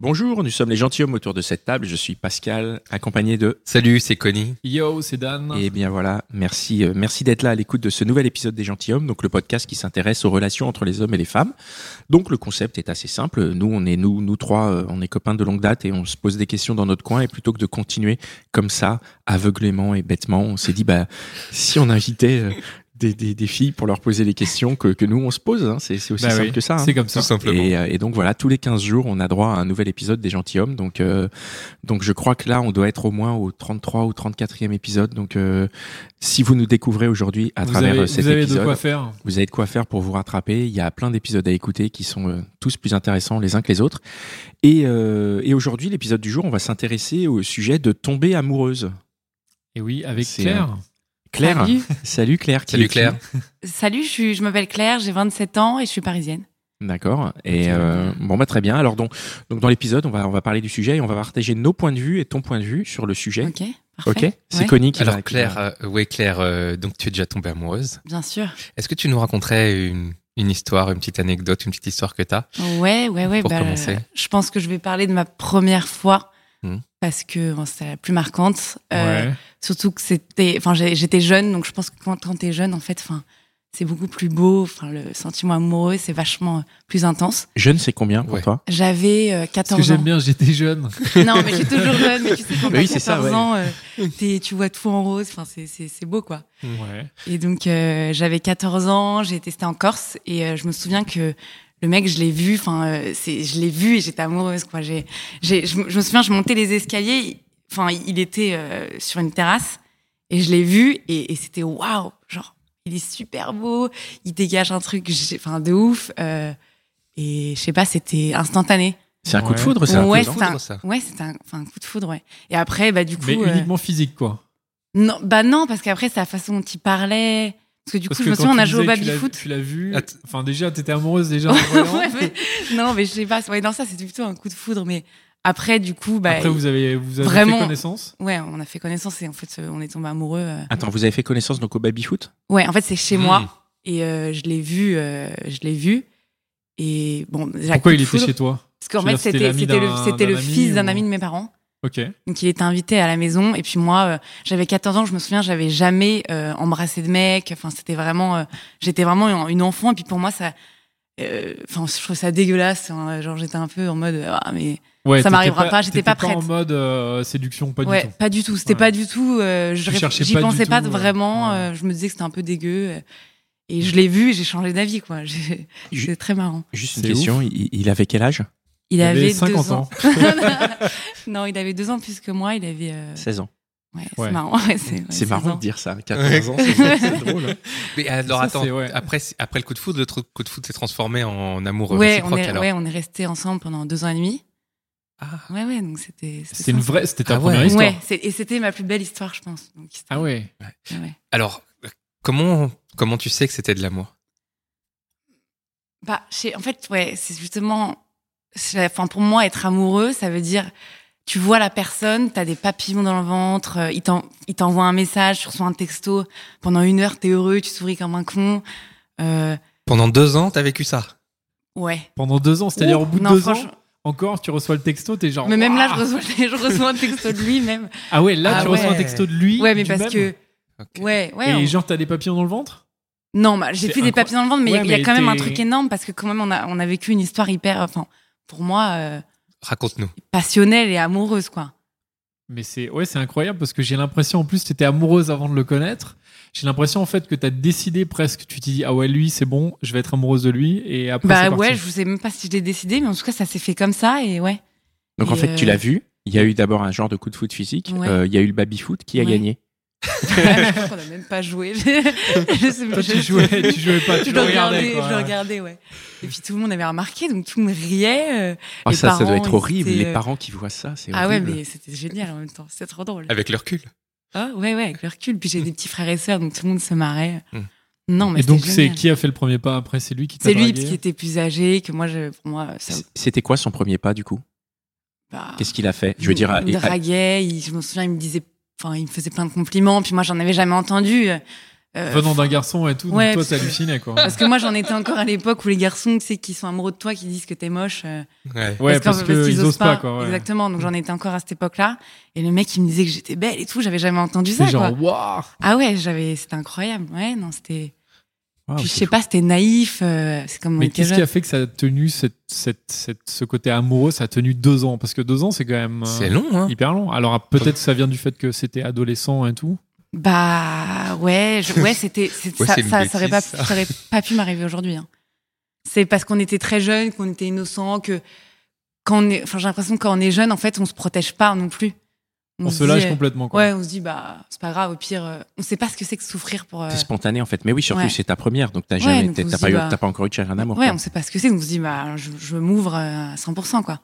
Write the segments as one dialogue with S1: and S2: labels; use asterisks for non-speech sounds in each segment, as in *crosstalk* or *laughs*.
S1: Bonjour, nous sommes les gentilshommes autour de cette table. Je suis Pascal, accompagné de.
S2: Salut, c'est Connie.
S3: Yo, c'est Dan.
S1: Et bien voilà, merci, euh, merci d'être là à l'écoute de ce nouvel épisode des gentilshommes, donc le podcast qui s'intéresse aux relations entre les hommes et les femmes. Donc le concept est assez simple. Nous, on est nous, nous trois, euh, on est copains de longue date et on se pose des questions dans notre coin. Et plutôt que de continuer comme ça, aveuglément et bêtement, on s'est dit bah si on invitait. euh, des, des, des filles pour leur poser les questions que, que nous on se pose, hein. c'est c'est aussi
S3: Bah
S1: simple
S3: oui,
S1: que ça. hein.
S3: C'est comme ça.
S2: Tout simplement.
S1: Et, euh, et donc voilà, tous les 15 jours, on a droit à un nouvel épisode des Gentilhommes. Donc, euh, donc je crois que là, on doit être au moins au 33 ou 34e épisode. Donc, euh, si vous nous découvrez aujourd'hui à
S3: vous
S1: travers
S3: avez,
S1: euh, cet
S3: vous avez de
S1: épisode,
S3: quoi faire.
S1: vous avez de quoi faire pour vous rattraper. Il y a plein d'épisodes à écouter qui sont euh, tous plus intéressants les uns que les autres. Et, euh, et aujourd'hui, l'épisode du jour, on va s'intéresser au sujet de tomber amoureuse.
S3: Et oui, avec
S1: C'est,
S3: Claire.
S1: Claire,
S3: Ah
S4: Salut.
S1: salut Claire. qui
S2: Salut
S1: es-tu
S2: Claire.
S4: Salut, je, suis- je m'appelle Claire, j'ai 27 ans et je suis parisienne.
S1: D'accord. Et euh, bon, bah très bien. Alors donc, donc dans l'épisode, on va on va parler du sujet et on va partager nos points de vue et ton point de vue sur le sujet.
S4: Ok, parfait.
S1: Ok. C'est
S4: Ouais,
S1: Connie qui va-
S2: Alors
S1: qui va-
S2: Claire, euh, ouais Claire, euh, donc tu es déjà tombée amoureuse.
S4: Bien sûr.
S2: Est-ce que tu nous raconterais une, une histoire, une petite anecdote, une petite histoire que t'as
S4: Ouais, ouais, ouais.
S2: Pour
S4: bah,
S2: commencer.
S4: Je pense que je vais parler de ma première fois
S2: Hmm.
S4: parce que bon, c'était la plus marquante. Euh,
S3: ouais.
S4: Surtout que c'était, enfin, j'ai- j'étais jeune, donc je pense que quand, quand t'es jeune, en fait, enfin, c'est beaucoup plus beau. Enfin, le sentiment amoureux, c'est vachement euh, plus intense.
S1: Jeune, c'est combien pour
S2: Ouais.
S1: toi
S4: J'avais euh,
S3: Ce que
S4: 14 ans.
S3: j'aime bien, j'étais jeune.
S4: Non, mais j'ai toujours jeune. Mais tu sais, quand
S1: Mais
S4: t'as
S1: oui, c'est
S4: 14
S1: ça, ouais.
S4: ans, euh, t'es- tu vois tout en rose. Enfin, c'est- c'est c'est beau, quoi.
S3: Ouais.
S4: Et donc euh, j'avais 14 ans, j'ai testé en Corse et euh, je me souviens que le mec, je l'ai vu, enfin euh, c'est je l'ai vu et j'étais amoureuse quoi. J'ai j'ai je, me- je me souviens je montais les escaliers, enfin il il était euh, sur une terrasse et je l'ai vu et, et c'était waouh, genre il est super beau, il dégage un truc j'ai- enfin de ouf euh, et je sais pas, c'était instantané.
S1: C'est un coup de
S3: Ouais.
S1: foudre, c'est un
S4: ouais,
S1: coup de
S4: c'était
S2: foudre,
S4: un-
S2: ça.
S4: Ouais, c'était un, enfin, un coup de foudre ouais. Et après bah du coup
S3: Mais
S4: euh,
S3: uniquement physique, quoi.
S4: non bah non parce qu'après c'est la façon dont il parlait parce que du
S3: Parce
S4: coup,
S3: que
S4: je me
S3: quand
S4: souviens, on
S3: tu
S4: a joué
S3: disais que
S4: au
S3: tu l'as-
S4: baby-foot.
S3: Tu l'as vu.
S2: Att-
S3: Enfin, déjà, t'étais amoureuse déjà. en voyant.
S4: *laughs* Ouais, mais- non, mais je sais pas. Ouais, non, ça, c'était plutôt un coup de foudre. Mais après, du coup, bah,
S3: Après, vous avez, vous avez
S4: Vraiment.
S3: fait connaissance.
S4: ouais, on a fait connaissance et en fait, euh, on est tombé amoureux. euh.
S1: Attends, vous avez fait connaissance donc au baby-foot
S4: Ouais, en fait, c'est chez
S2: Hmm.
S4: moi et euh, je l'ai vu, euh, je l'ai vu. Et bon, déjà,
S3: Pourquoi
S4: coup
S3: il
S4: de
S3: était
S4: foudre,
S3: chez toi
S4: Parce qu'en
S3: Tu veux
S4: fait,
S3: dire, c'était l'ami
S4: c'était c'était le,
S3: d'un-
S4: c'était
S3: d'un
S4: le
S3: ami
S4: fils d'un
S3: ou-
S4: ami de mes parents.
S3: Ok.
S4: Donc il était invité à la maison et puis moi euh, j'avais 14 ans, je me souviens, j'avais jamais euh, embrassé de mec, enfin c'était vraiment euh, j'étais vraiment une enfant et puis pour moi ça euh, enfin je trouve ça dégueulasse, hein, genre j'étais un peu en mode ah mais
S3: Ouais,
S4: Ça
S3: t'étais
S4: m'arrivera pas, j'étais
S3: t'étais
S4: pas
S3: en
S4: prête.
S3: mode euh, séduction, pas
S4: ouais,
S3: du tout.
S4: pas du tout, c'était
S3: Ouais.
S4: pas du tout euh, je
S3: Tu
S4: réf-
S3: cherchais
S4: j'y
S3: pas du
S4: pensais
S3: tout,
S4: pas
S3: ouais.
S4: vraiment,
S3: Ouais. Mm.
S4: euh, je me disais que c'était un peu dégueu euh, et je l'ai vu et j'ai changé d'avis quoi. *laughs* J'ai-
S1: Ju-
S4: C'est très marrant.
S1: Juste
S3: C'est
S1: une question, il, il avait quel âge
S4: Il,
S3: avait
S4: avait
S3: 50
S4: deux
S3: ans.
S4: ans. *laughs* non, il avait deux ans plus que moi, il avait euh,
S1: 16 ans.
S4: ouais,
S3: Ouais.
S4: c'est marrant. *laughs* ouais, c'est ouais,
S1: C'est
S4: 16
S1: marrant
S4: ans.
S1: de dire ça,
S2: Ouais.
S1: 14 ans,
S3: *laughs*
S1: c'est c'est
S4: *laughs*
S1: drôle. hein.
S2: Mais alors
S3: Ça,
S2: attends,
S3: c'est- ouais.
S2: après après le coup de foudre, le truc- coup de foudre s'est transformé en amour
S4: Ouais, on
S2: réciproque
S4: est,
S2: alors.
S4: ouais, on est restés ensemble pendant deux ans et demi.
S2: Ah.
S4: Ouais, ouais, donc c'était.
S3: C'était une
S4: sympa.
S3: vraie, c'était ta
S2: Ah ouais.
S3: première histoire.
S4: Ouais, c'est- et c'était ma plus belle histoire, je pense. Donc, c'était-
S3: Ah ouais.
S4: ouais, ouais.
S2: Alors euh, comment comment tu sais que c'était de l'amour
S4: Bah, chez, en fait, ouais, c'est justement. c'est- Enfin, pour moi, être amoureux, ça veut dire. Tu vois la personne, t'as des papillons dans le ventre, euh, il t'en- il t'envoie un message, tu reçois un texto. Pendant une heure, t'es heureux, tu souris comme un con. Euh,
S2: Pendant deux ans, t'as vécu ça
S4: ouais.
S3: Pendant deux ans, c'est-à-dire au bout de
S4: Non,
S3: deux ans,
S4: franchement-
S3: encore, tu reçois le texto, t'es genre.
S4: Mais même là, je
S3: Ouah
S4: reçois, *laughs* je reçois un texto de lui, même.
S3: Ah ouais, là,
S4: Ah
S3: tu reçois un
S2: ouais.
S3: texto de lui.
S4: Ouais, mais
S3: du
S4: parce
S3: même.
S4: que.
S2: Ok.
S4: Ouais, ouais.
S3: Et
S4: on-
S3: genre, t'as des papillons dans le ventre
S4: Non, bah, j'ai
S3: C'est
S4: plus des
S3: incro-
S4: papillons dans le ventre, mais il y a-
S3: Ouais,
S4: il y,
S3: mais
S4: a quand même un
S3: t'es-
S4: truc énorme parce que quand même on a, on a vécu une histoire hyper, enfin, pour moi, euh,
S2: Raconte-nous.
S4: passionnelle et amoureuse,
S3: Ah,
S4: quoi.
S3: Mais c'est ouais, c'est incroyable parce que j'ai l'impression en plus tu étais amoureuse avant de le connaître. J'ai l'impression en fait que tu as décidé presque, tu t'es dit ah ouais, lui c'est bon, je vais être amoureuse de lui et après c'est
S4: Bah
S3: parti.
S4: ouais, je sais même pas si je l'ai décidé, mais en tout cas, ça s'est fait comme ça et
S3: *laughs*
S4: ouais.
S1: Donc en
S4: Et
S1: fait, tu
S4: euh,
S1: l'as vu, il y a eu d'abord un genre de coup de foot physique,
S4: Ouais.
S1: euh, il y a eu le baby-foot, qui a
S4: Ouais.
S1: gagné
S4: je crois qu'on a même pas joué. *laughs* je sais
S3: Toi,
S4: je-
S3: tu jouais, tu jouais pas, tu
S4: je
S3: le
S4: le
S3: regardais.
S4: regardais,
S3: quoi.
S4: je le regardais, ouais. Et puis tout le monde avait remarqué, donc tout le monde riait. euh,
S1: Ah,
S4: les
S1: ça, ça doit
S4: parents,
S1: être
S4: ils
S1: horrible.
S4: étaient,
S1: Les
S4: euh,
S1: parents qui voient ça, c'est
S4: Ah ouais,
S1: horrible.
S4: mais c'était génial en même temps. C'était trop drôle.
S2: Avec le recul.
S4: Ah ouais, ouais, avec le recul. Puis j'ai des petits frères et sœurs, donc tout le monde se marrait.
S2: Mm.
S4: Non,
S3: Hmm.
S4: mais
S3: Et donc,
S4: c'était
S3: c'est
S4: génial.
S3: qui a fait le premier pas après C'est lui qui t'a
S4: C'est lui,
S3: dragué
S4: parce qu'il était plus âgé, que moi, je, pour moi, ça.
S1: C- C'était quoi son premier pas du coup
S4: bah,
S1: Qu'est-ce qu'il a fait Je veux dire, à-
S4: il me
S1: à-
S4: draguait, il- je me souviens, il me disait, enfin, il me faisait plein de compliments, puis moi, j'en avais jamais entendu. Euh,
S3: Venant d'un garçon et tout,
S4: Ouais,
S3: donc toi,
S4: parce que-
S3: t'hallucinais quoi.
S4: parce que moi, j'en étais encore à l'époque où les garçons, tu sais, qui sont amoureux de toi, qui disent que t'es moche. euh,
S2: Ouais.
S3: Ouais, parce,
S4: qu'en-
S3: qu'ils osent pas, quoi. ouais. Mm.
S4: Exactement. Donc j'en étais encore à cette époque-là. Et le mec, il me disait que j'étais belle et tout. J'avais jamais entendu ça,
S3: C'est genre,
S4: quoi.
S3: waouh
S4: Ah ouais, j'avais, c'était incroyable. Ouais, non, c'était.
S1: Waouh,
S4: Puis je
S1: c'est
S4: sais pas, c'était naïf. euh, c'est comme. on
S3: Mais
S4: était
S3: qu'est-ce qui
S4: jeunes.
S3: a fait que ça a tenu cette, cette, cette- ce côté amoureux Ça a tenu deux ans Parce que deux ans, c'est quand même euh,
S2: C'est long, hein
S3: hyper long. Alors ah, peut-être ça vient du fait que c'était adolescent et tout.
S4: Bah ouais,
S1: *laughs*
S4: je- ouais, c'était. c'est-
S2: Ouais,
S4: ça,
S2: c'est une
S4: ça, ça aurait pas,
S2: bêtise, ça.
S4: ça aurait pas pu m'arriver aujourd'hui. hein. C'est parce qu'on était très jeunes, qu'on était innocents, que quand on est, enfin, j'ai l'impression que quand on est jeune, en fait, on se protège pas non plus.
S3: On, se
S4: dit,
S3: lâche
S4: euh,
S3: complètement. Quoi.
S4: Ouais, on se dit bah c'est pas grave. Au pire, euh, on sait pas ce que c'est que souffrir pour. euh,
S1: C'est spontané en fait. Mais oui, surtout
S4: Ouais.
S1: c'est ta première, donc t'as
S4: Ouais,
S1: jamais,
S4: donc
S1: t'as
S4: on se
S1: t'as
S4: dit,
S1: pas, eu-
S4: bah-
S1: t'as pas encore eu de chagrin d'amour.
S4: Ouais,
S1: quoi.
S4: on sait pas ce que c'est. Donc on se dit, bah, je, je m'ouvre euh, à 100%, quoi.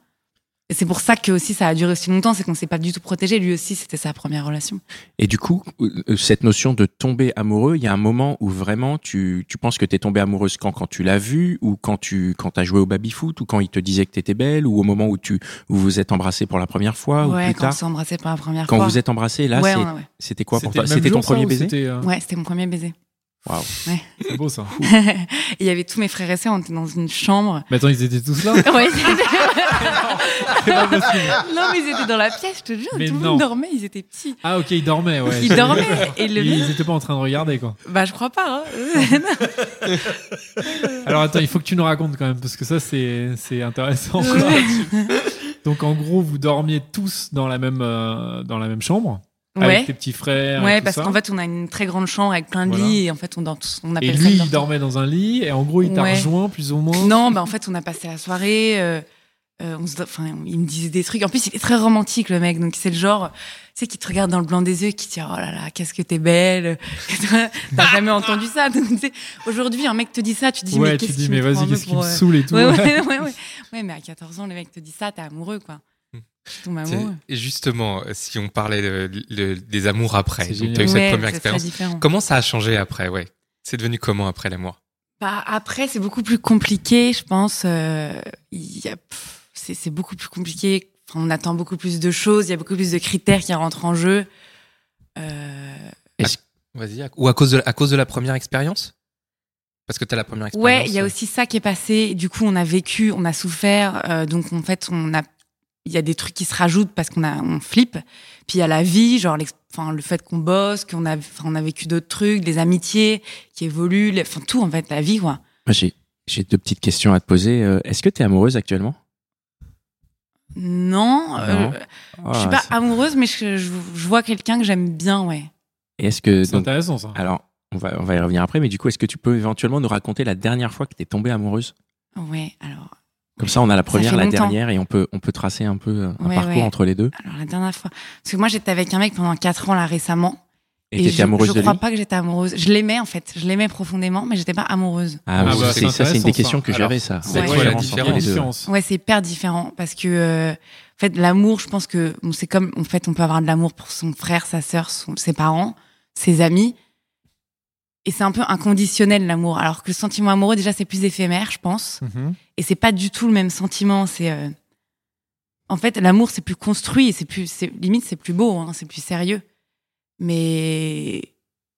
S4: Et c'est pour ça que aussi ça a duré aussi longtemps, c'est qu'on s'est pas du tout protégé. Lui aussi, c'était sa première relation.
S1: Et du coup, euh, cette notion de tomber amoureux, il y a un moment où vraiment tu, tu penses que t'es tombée amoureuse quand quand tu l'as vu ou quand tu quand t'as joué au baby foot ou quand il te disait que t'étais belle ou au moment où tu où vous êtes embrassés pour la première fois Ah, ou
S4: ouais,
S1: plus
S4: quand on
S1: tard.
S4: s'est embrassé pour la première
S1: Quand
S4: fois.
S1: vous êtes embrassés, là,
S4: ouais,
S1: c'est-
S4: on a- ouais.
S1: c'était quoi pour
S3: C'était
S1: toi
S3: le même
S1: C'était ton
S3: jour, ça,
S1: premier
S3: ou
S1: baiser
S3: c'était, euh,
S4: Ouais, c'était mon premier baiser.
S1: Waouh.
S3: C'est beau ça.
S4: Et Il y avait tous mes frères et sœurs, on était dans une chambre.
S3: Mais attends, ils étaient tous là.
S4: *laughs* Ouais, ils étaient-
S3: C'est pas possible.
S4: non, mais ils étaient dans la pièce, je te jure.
S3: Mais
S4: tout le
S3: non.
S4: monde dormait, ils étaient petits.
S3: Ah ok, ils dormaient. Ouais.
S4: Ils dormaient. Et le
S3: Ils
S4: mec,
S3: étaient pas en train de regarder quoi.
S4: bah, je
S3: *laughs*
S4: crois pas. hein.
S3: Alors attends, il faut que tu nous racontes quand même parce que ça c'est c'est intéressant. quoi.
S4: Ouais.
S3: Donc en gros, vous dormiez tous dans la même euh, dans la même chambre avec
S4: ouais.
S3: tes petits frères. et
S4: Ouais,
S3: tout
S4: parce
S3: ça.
S4: qu'en fait, on a une très grande chambre avec plein de
S3: Voilà.
S4: lits et en fait, on dort tous. On
S3: Et
S4: appelle ça
S3: lui,
S4: le
S3: il dormait dans un lit, et en gros, il t'a
S4: Ouais.
S3: rejoint plus ou moins.
S4: Non, bah en fait, on a passé la soirée. euh, euh, on se, enfin, il me disait des trucs. En plus, il est très romantique, le mec. Donc, c'est le genre, tu sais, qui te regarde dans le blanc des yeux, et qui te dit, oh là là, qu'est-ce que t'es belle. T'as jamais entendu ça. Donc, tu sais, aujourd'hui, un mec te dit ça, tu dis,
S3: ouais,
S4: mais
S3: tu
S4: qu'est-ce
S3: dis,
S4: qu'il
S3: mais
S4: me prend
S3: vas-y,
S4: un
S3: qu'est-ce
S4: peu
S3: qui me
S4: pour, euh,
S3: saoule et tout. *laughs*
S4: ouais, ouais, ouais, ouais. Ouais, mais à 14 ans, le mec te dit ça, t'es amoureux, quoi.
S3: Hmm.
S4: Tu tombes
S2: C'est-
S4: amoureux.
S2: Et justement, si on parlait de- de- des amours après,
S3: C'est
S2: donc
S3: génial.
S2: tu as eu
S4: Ouais,
S2: cette première
S4: c'est très
S2: expérience.
S4: différent.
S2: Comment ça a changé après, ouais C'est devenu comment après l'amour
S4: Bah, après, c'est beaucoup plus compliqué, je pense. euh, il y a- pff, c'est c'est beaucoup plus compliqué. Enfin, on attend beaucoup plus de choses. Il y a beaucoup plus de critères qui rentrent en jeu. Euh,
S2: Vas-y. à- Ou à cause de, à cause de la première expérience Parce que tu as la première expérience.
S4: ouais, il y a aussi ça qui est passé. Du coup, on a vécu, on a souffert. euh, donc, en fait, on a, il y a des trucs qui se rajoutent parce qu'on a, on flippe. Puis il y a la vie, genre, l'ex- enfin, le fait qu'on bosse, qu'on a, enfin, on a vécu d'autres trucs, des amitiés qui évoluent, les- enfin, tout en fait, la vie, quoi.
S1: Moi, j'ai j'ai deux petites questions à te poser. Euh, Est-ce que t'es amoureuse actuellement
S4: Non, euh,
S1: Non.
S4: Je
S1: Ah,
S4: suis pas
S1: c'est-
S4: amoureuse, mais je, je- je vois quelqu'un que j'aime bien, ouais.
S1: Et Est-ce que
S3: C'est
S1: donc,
S3: intéressant ça.
S1: alors on va on va y revenir après, mais du coup, est-ce que tu peux éventuellement nous raconter la dernière fois que t'es tombée amoureuse
S4: Ouais, alors,
S1: Comme ça, on a la première,
S4: fait
S1: la
S4: longtemps.
S1: dernière, et on peut on peut tracer un peu euh, un
S4: Ouais,
S1: parcours
S4: ouais.
S1: entre les deux.
S4: alors la dernière fois. Parce que moi, j'étais avec un mec pendant 4 ans, là, récemment.
S1: Et t'étais
S4: je,
S1: amoureuse
S4: je
S1: de lui
S4: crois pas que j'étais amoureuse. Je l'aimais, en fait. Je l'aimais profondément, mais j'étais pas amoureuse.
S1: Ah,
S3: Ah
S1: oui, c'est- ça,
S3: bah, c'est
S1: c'est une
S3: intéressant,
S1: des questions
S3: ça.
S1: que
S2: Alors,
S1: j'avais, ça. Bah,
S2: c'est
S1: La
S2: quoi la
S1: différence entre
S3: Il y a une
S1: les deux, ouais.
S3: différence.
S4: Ouais, c'est hyper différent. Parce que, euh, en fait, l'amour, je pense que, bon, c'est comme, en fait, on peut avoir de l'amour pour son frère, sa sœur, son- ses parents, ses amis. Et c'est un peu inconditionnel, l'amour. Alors que le sentiment amoureux, déjà, c'est plus éphémère, je pense.
S3: Mhm.
S4: et c'est pas du tout le même sentiment c'est euh, en fait l'amour c'est plus construit et c'est plus c'est limite c'est plus beau hein, c'est plus sérieux mais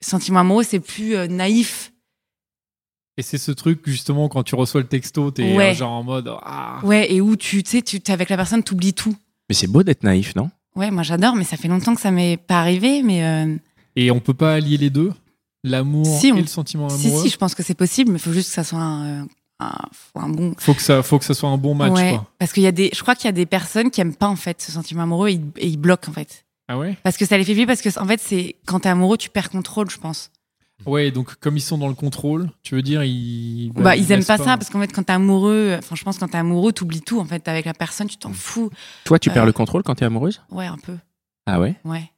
S4: sentiment amoureux c'est plus euh, naïf
S3: Et c'est ce truc, justement, quand tu reçois le texto, t'es
S4: Ouais.
S3: euh, genre en mode. Ah.
S4: ouais et où tu tu sais tu t'es avec la personne t'oublies tout
S1: Mais c'est beau d'être naïf, non
S4: ouais moi j'adore mais ça fait longtemps que ça m'est pas arrivé mais euh,
S3: Et on peut pas allier les deux L'amour
S4: Si,
S3: et
S4: on-
S3: le sentiment
S4: si
S3: amoureux
S4: si je pense que c'est possible mais il faut juste que ça soit un, euh, un- un bon
S3: faut, que ça, faut que ça soit un bon match,
S4: ouais
S3: quoi.
S4: parce qu'il y a des je crois qu'il y a des personnes qui aiment pas en fait ce sentiment amoureux et ils, et ils bloquent en fait
S3: Ah ouais
S4: parce que ça les fait vivre parce que en fait c'est quand t'es amoureux tu perds contrôle je pense
S3: Ouais, donc comme ils sont dans le contrôle, tu veux dire, ils. hein.
S4: Bah, ils aiment pas, ça parce qu'en fait quand t'es amoureux, enfin je pense quand t'es amoureux t'oublies tout en fait T'es avec la personne tu t'en fous,
S1: Toi, tu perds
S4: Euh.
S1: le contrôle quand t'es amoureuse
S4: ouais un peu,
S1: Ah ouais
S4: ouais.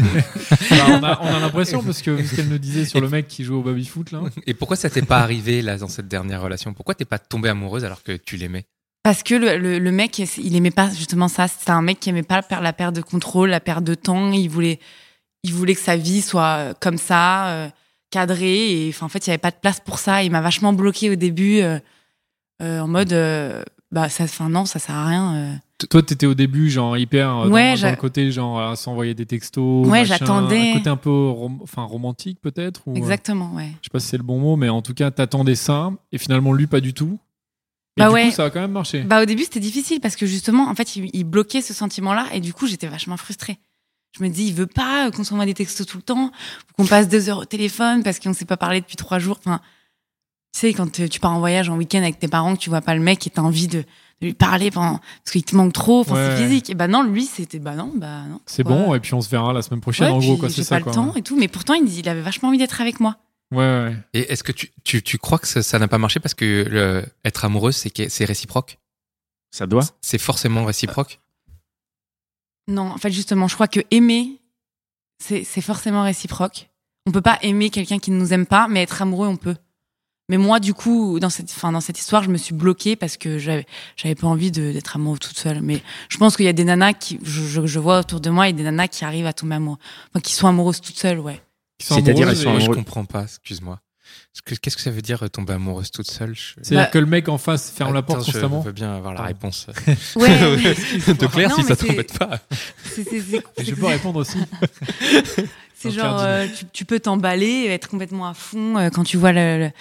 S3: Bah, on, a, on a l'impression parce que vu ce qu'elle nous disait sur le mec qui joue au baby foot là.
S2: Et pourquoi ça t'est *laughs* pas arrivé là dans cette dernière relation Pourquoi t'es pas tombée amoureuse alors que tu l'aimais
S4: Parce que le, le- le mec, il aimait pas justement ça. C'était un mec qui aimait pas la perte de contrôle, la perte de temps. Il voulait, il voulait que sa vie soit euh, comme ça, euh, cadrée. Et enfin, en fait, il y avait pas de place pour ça. Il m'a vachement bloqué au début, euh, euh, en mode, euh, bah, ça, enfin non, ça sert à rien. euh.
S3: T- Toi, t'étais au début genre hyper euh, dans-
S4: Ouais,
S3: dans,
S4: j'a-
S3: le côté genre à s'envoyer des textos.
S4: Ouais,
S3: machin,
S4: j'attendais.
S3: Un côté un peu rom- enfin romantique peut-être. Ou, euh,
S4: Exactement, ouais.
S3: je sais pas si c'est le bon mot, mais en tout cas, t'attendais ça et finalement lui pas du tout. Et
S4: Bah
S3: du
S4: ouais.
S3: coup, ça a quand même marché.
S4: Bah au début c'était difficile parce que justement en fait il, il bloquait ce sentiment-là et du coup j'étais vachement frustrée. Je me dis il veut pas qu'on s'envoie des textos tout le temps, qu'on passe deux heures au téléphone parce qu'on s'est pas parlé depuis trois jours. Enfin tu sais quand euh, tu pars en voyage en week-end avec tes parents que tu vois pas le mec et t'as envie de, de lui parler pendant- parce qu'il te manque trop, enfin
S3: Ouais.
S4: c'est physique. Et bah non lui c'était bah non bah non.
S3: c'est
S4: quoi.
S3: bon et puis on se verra la semaine prochaine
S4: Ouais,
S3: en gros
S4: puis
S3: quoi,
S4: j'ai
S3: c'est
S4: pas
S3: ça
S4: le
S3: quoi.
S4: temps et tout, mais pourtant il, il avait vachement envie d'être avec moi.
S3: Ouais, ouais.
S2: Et est-ce que tu, tu, tu crois que ça ça n'a pas marché parce que le- être amoureuse, c'est que- c'est réciproque
S1: Ça doit.
S2: C'est forcément réciproque
S4: Non, en fait, justement, je crois que aimer, c'est c'est forcément réciproque. On peut pas aimer quelqu'un qui ne nous aime pas, mais être amoureux, on peut. Mais moi, du coup, dans cette, fin, dans cette histoire, je me suis bloquée parce que j'avais j'avais pas envie de- d'être amoureuse toute seule. Mais je pense qu'il y a des nanas qui, je, je- je vois autour de moi, il y a des nanas qui arrivent à tomber amoureux, enfin, qui sont amoureuses toutes seules, ouais.
S3: Qui sont
S1: C'est-à-dire,
S3: amoureux,
S1: elles sont
S3: et-
S2: Moi, je
S1: amoureux.
S2: comprends pas, excuse-moi. Parce que Qu'est-ce que ça veut dire euh, tomber amoureuse toute seule Je-
S3: C'est-à-dire
S4: Bah-
S3: que le mec en face ferme la porte
S2: Attends, je-
S3: constamment.
S2: Je veux bien avoir la
S3: Pardon.
S2: réponse euh.
S4: Ouais, oui.
S2: *laughs* de Claire
S4: Non,
S2: si
S4: mais
S2: ça
S4: c'est-
S2: t'embête pas.
S4: C'est- c'est- c'est-
S3: Et
S4: c'est-
S3: je peux répondre aussi.
S4: C'est
S3: Donc,
S4: genre,
S3: Claire,
S4: euh, tu, tu peux t'emballer, être complètement à fond. euh, quand tu vois le, le,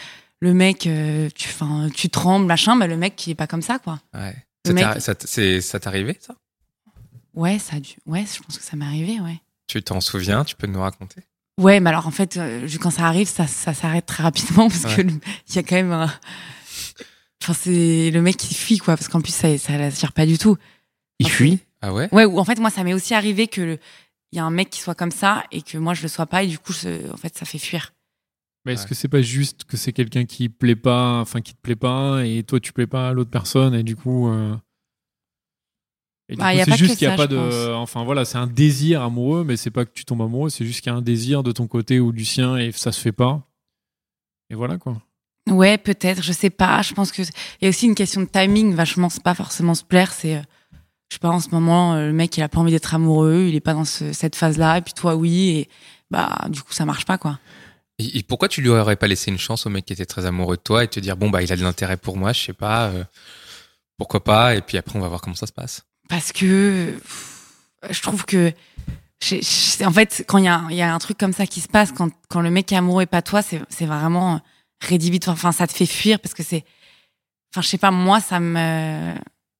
S4: le mec, euh, tu, 'fin, tu trembles, machin, bah, le mec qui est pas comme ça, quoi.
S2: Ouais.
S4: Le
S2: Ça
S4: mec-
S2: t'arri- ça t- c'est- ça t'est arrivé, ça
S4: Ouais, ça a dû... Ouais, je pense que ça m'est arrivé, ouais.
S2: Tu t'en souviens Tu peux nous raconter
S4: Ouais, mais alors en fait, euh, je- quand ça arrive, ça, ça s'arrête très rapidement *laughs* parce que
S2: Ouais.
S4: le- il y a quand même un... Enfin, c'est le mec qui fuit, quoi, parce qu'en plus, ça, ça l'attire pas du tout.
S1: Il
S4: Enfin,
S1: fuit.
S2: Ah ouais
S4: Ouais, ou en fait, moi, ça m'est aussi arrivé que le- il y a un mec qui soit comme ça et que moi, je le sois pas et du coup, je- en fait, ça fait fuir.
S3: Mais est-ce
S2: Ouais.
S3: que c'est pas juste que c'est quelqu'un qui plaît pas, enfin qui te plaît pas, et toi tu plais pas à l'autre personne, et du coup. euh, Et du
S4: Bah,
S3: coup,
S4: y a
S3: c'est
S4: pas que
S3: juste qu'il n'y a
S4: ça,
S3: pas
S4: je
S3: de. Enfin voilà, c'est un désir amoureux, mais c'est pas que tu tombes amoureux, c'est juste qu'il y a un désir de ton côté ou du sien, et ça se fait pas. Et voilà quoi.
S4: Ouais, peut-être, je sais pas. Je pense que il y a aussi une question de timing. Vachement, c'est pas forcément se plaire. C'est, euh, je sais pas, en ce moment, euh, le mec, il a pas envie d'être amoureux, il est pas dans ce- cette phase-là, et puis toi, oui, et bah, du coup, ça marche pas, quoi.
S2: Et, et pourquoi tu lui aurais pas laissé une chance au mec qui était très amoureux de toi et te dire bon bah il a de l'intérêt pour moi, je sais pas, euh, pourquoi pas et puis après on va voir comment ça se passe.
S4: parce que pff, je trouve que j'ai- j'ai- en fait quand il y a, il y a un truc comme ça qui se passe quand, quand le mec est amoureux et pas toi c'est c'est vraiment rédhibitoire enfin ça te fait fuir parce que c'est enfin je sais pas moi ça me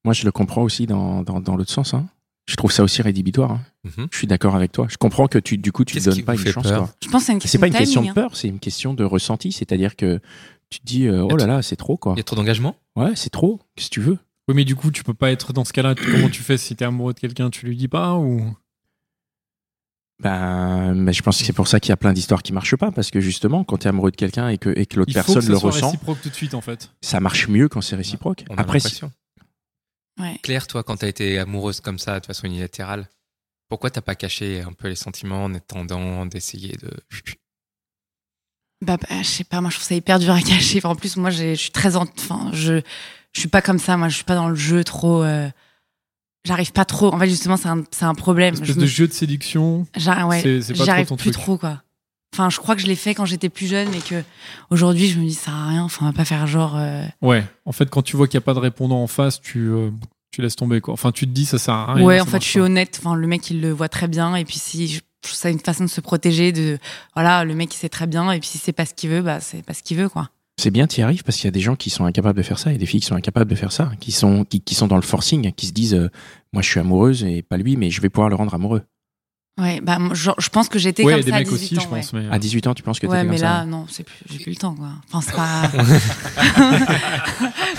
S1: Moi, je le comprends aussi dans, dans, dans l'autre sens. hein. Je trouve ça aussi rédhibitoire. hein.
S2: Mhm.
S1: Je suis d'accord avec toi. Je comprends que tu, du coup, tu ne
S2: Qu'est-ce qui
S1: donnes pas
S2: vous
S1: une
S2: fait
S1: chance.
S2: peur
S1: quoi.
S4: je pense que c'est une
S1: C'est
S4: question
S1: pas une
S4: de
S1: question
S4: timing,
S1: de
S4: hein.
S1: peur, c'est une question de ressenti. C'est-à-dire que tu te dis, euh, oh là là, c'est trop, quoi.
S2: Il y a trop d'engagement
S1: Ouais, c'est trop. Qu'est-ce que tu veux
S3: Oui, mais du coup, tu peux pas être dans ce cas-là. Tu- Comment tu fais si t'es amoureux de quelqu'un, tu lui dis pas ou.
S1: ben, mais je pense que c'est pour ça qu'il y a plein d'histoires qui marchent pas, parce que justement, quand tu es amoureux de quelqu'un et que, et que l'autre
S3: Il faut que
S1: personne
S3: ça
S1: le
S3: soit
S1: ressent,
S3: réciproque tout de suite en fait.
S1: ça marche mieux quand c'est réciproque.
S2: On a
S1: Après, si-
S2: l'impression.
S4: ouais.
S2: Claire, toi quand t'as été amoureuse comme ça de façon unilatérale, pourquoi t'as pas caché un peu les sentiments en attendant d'essayer de
S4: bah, bah, je sais pas moi je trouve ça hyper dur à *laughs* cacher Enfin, en plus moi j'ai- je suis très en- enfin je je suis pas comme ça moi je suis pas dans le jeu trop euh, j'arrive pas trop en fait justement c'est un c'est un problème
S3: Une espèce
S4: Je
S3: de
S4: me-
S3: jeu de séduction.
S4: J'ar- ouais,
S3: C'est- c'est pas
S4: j'y
S3: trop
S4: arrive
S3: ton
S4: plus
S3: truc.
S4: trop quoi. Enfin, je crois que je l'ai fait quand j'étais plus jeune et que aujourd'hui je me dis ça sert à rien. Enfin, on va pas faire genre. euh,
S3: Ouais. En fait, quand tu vois qu'il n'y a pas de répondant en face, tu. euh, Tu laisses tomber quoi. Enfin, tu te dis ça sert à rien.
S4: ouais,
S3: Ah ça
S4: en fait,
S3: marche
S4: je suis
S3: pas.
S4: honnête. Enfin, le mec il le voit très bien et puis si je je trouve ça une façon de se protéger, de voilà, le mec il sait très bien et puis si c'est pas ce qu'il veut, bah c'est pas ce qu'il veut quoi.
S1: C'est bien, tu y arrives parce qu'il y a des gens qui sont incapables de faire ça et des filles qui sont incapables de faire ça, qui sont, qui, qui sont dans le forcing, qui se disent euh, Moi, je suis amoureuse et pas lui, mais je vais pouvoir le rendre amoureux.
S4: Ouais, bah moi, genre, je pense que j'étais
S3: Ouais,
S4: comme
S3: des
S4: ça à
S3: mecs
S4: 18
S3: aussi,
S4: ans.
S3: je
S4: ouais.
S3: pense. Mais... euh,
S1: À 18 ans, tu penses que
S4: Ouais,
S1: t'étais
S4: mais
S1: comme ça
S4: là, non, c'est plus, j'ai plus le temps, quoi. Enfin, c'est
S3: *laughs*
S4: pas.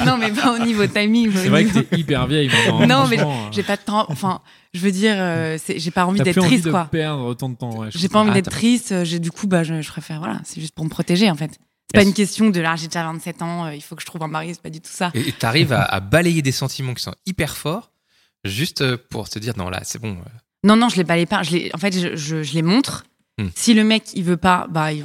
S4: *laughs* non, mais pas au niveau timing. mais au
S3: C'est vrai
S4: niveau-
S3: que t'es hyper vieille maintenant. hein,
S4: Non, mais
S3: franchement,
S4: *laughs* j'ai
S3: euh,
S4: pas de temps. Enfin, je veux dire, euh, c'est- j'ai pas envie
S3: t'as
S4: d'être
S3: plus envie
S4: triste,
S3: de
S4: quoi.
S3: perdre autant de temps. ouais, je
S4: J'ai pas
S3: comprends.
S4: envie
S1: Ah,
S4: d'être
S1: t'as-
S4: triste. euh, J'ai du coup, bah, je, je préfère. Voilà, c'est juste pour me protéger en fait. C'est pas
S1: Est-ce-
S4: une question de là, j'ai déjà 27 ans, euh, il faut que je trouve un mari, c'est pas du tout ça.
S2: Et et t'arrives à, à balayer des sentiments qui sont hyper forts juste euh, pour te dire non là c'est bon euh,
S4: Non, non, je les balais pas. Je les, en fait, je, je- je les montre.
S2: Hmm.
S4: Si le mec il veut pas, bah, il-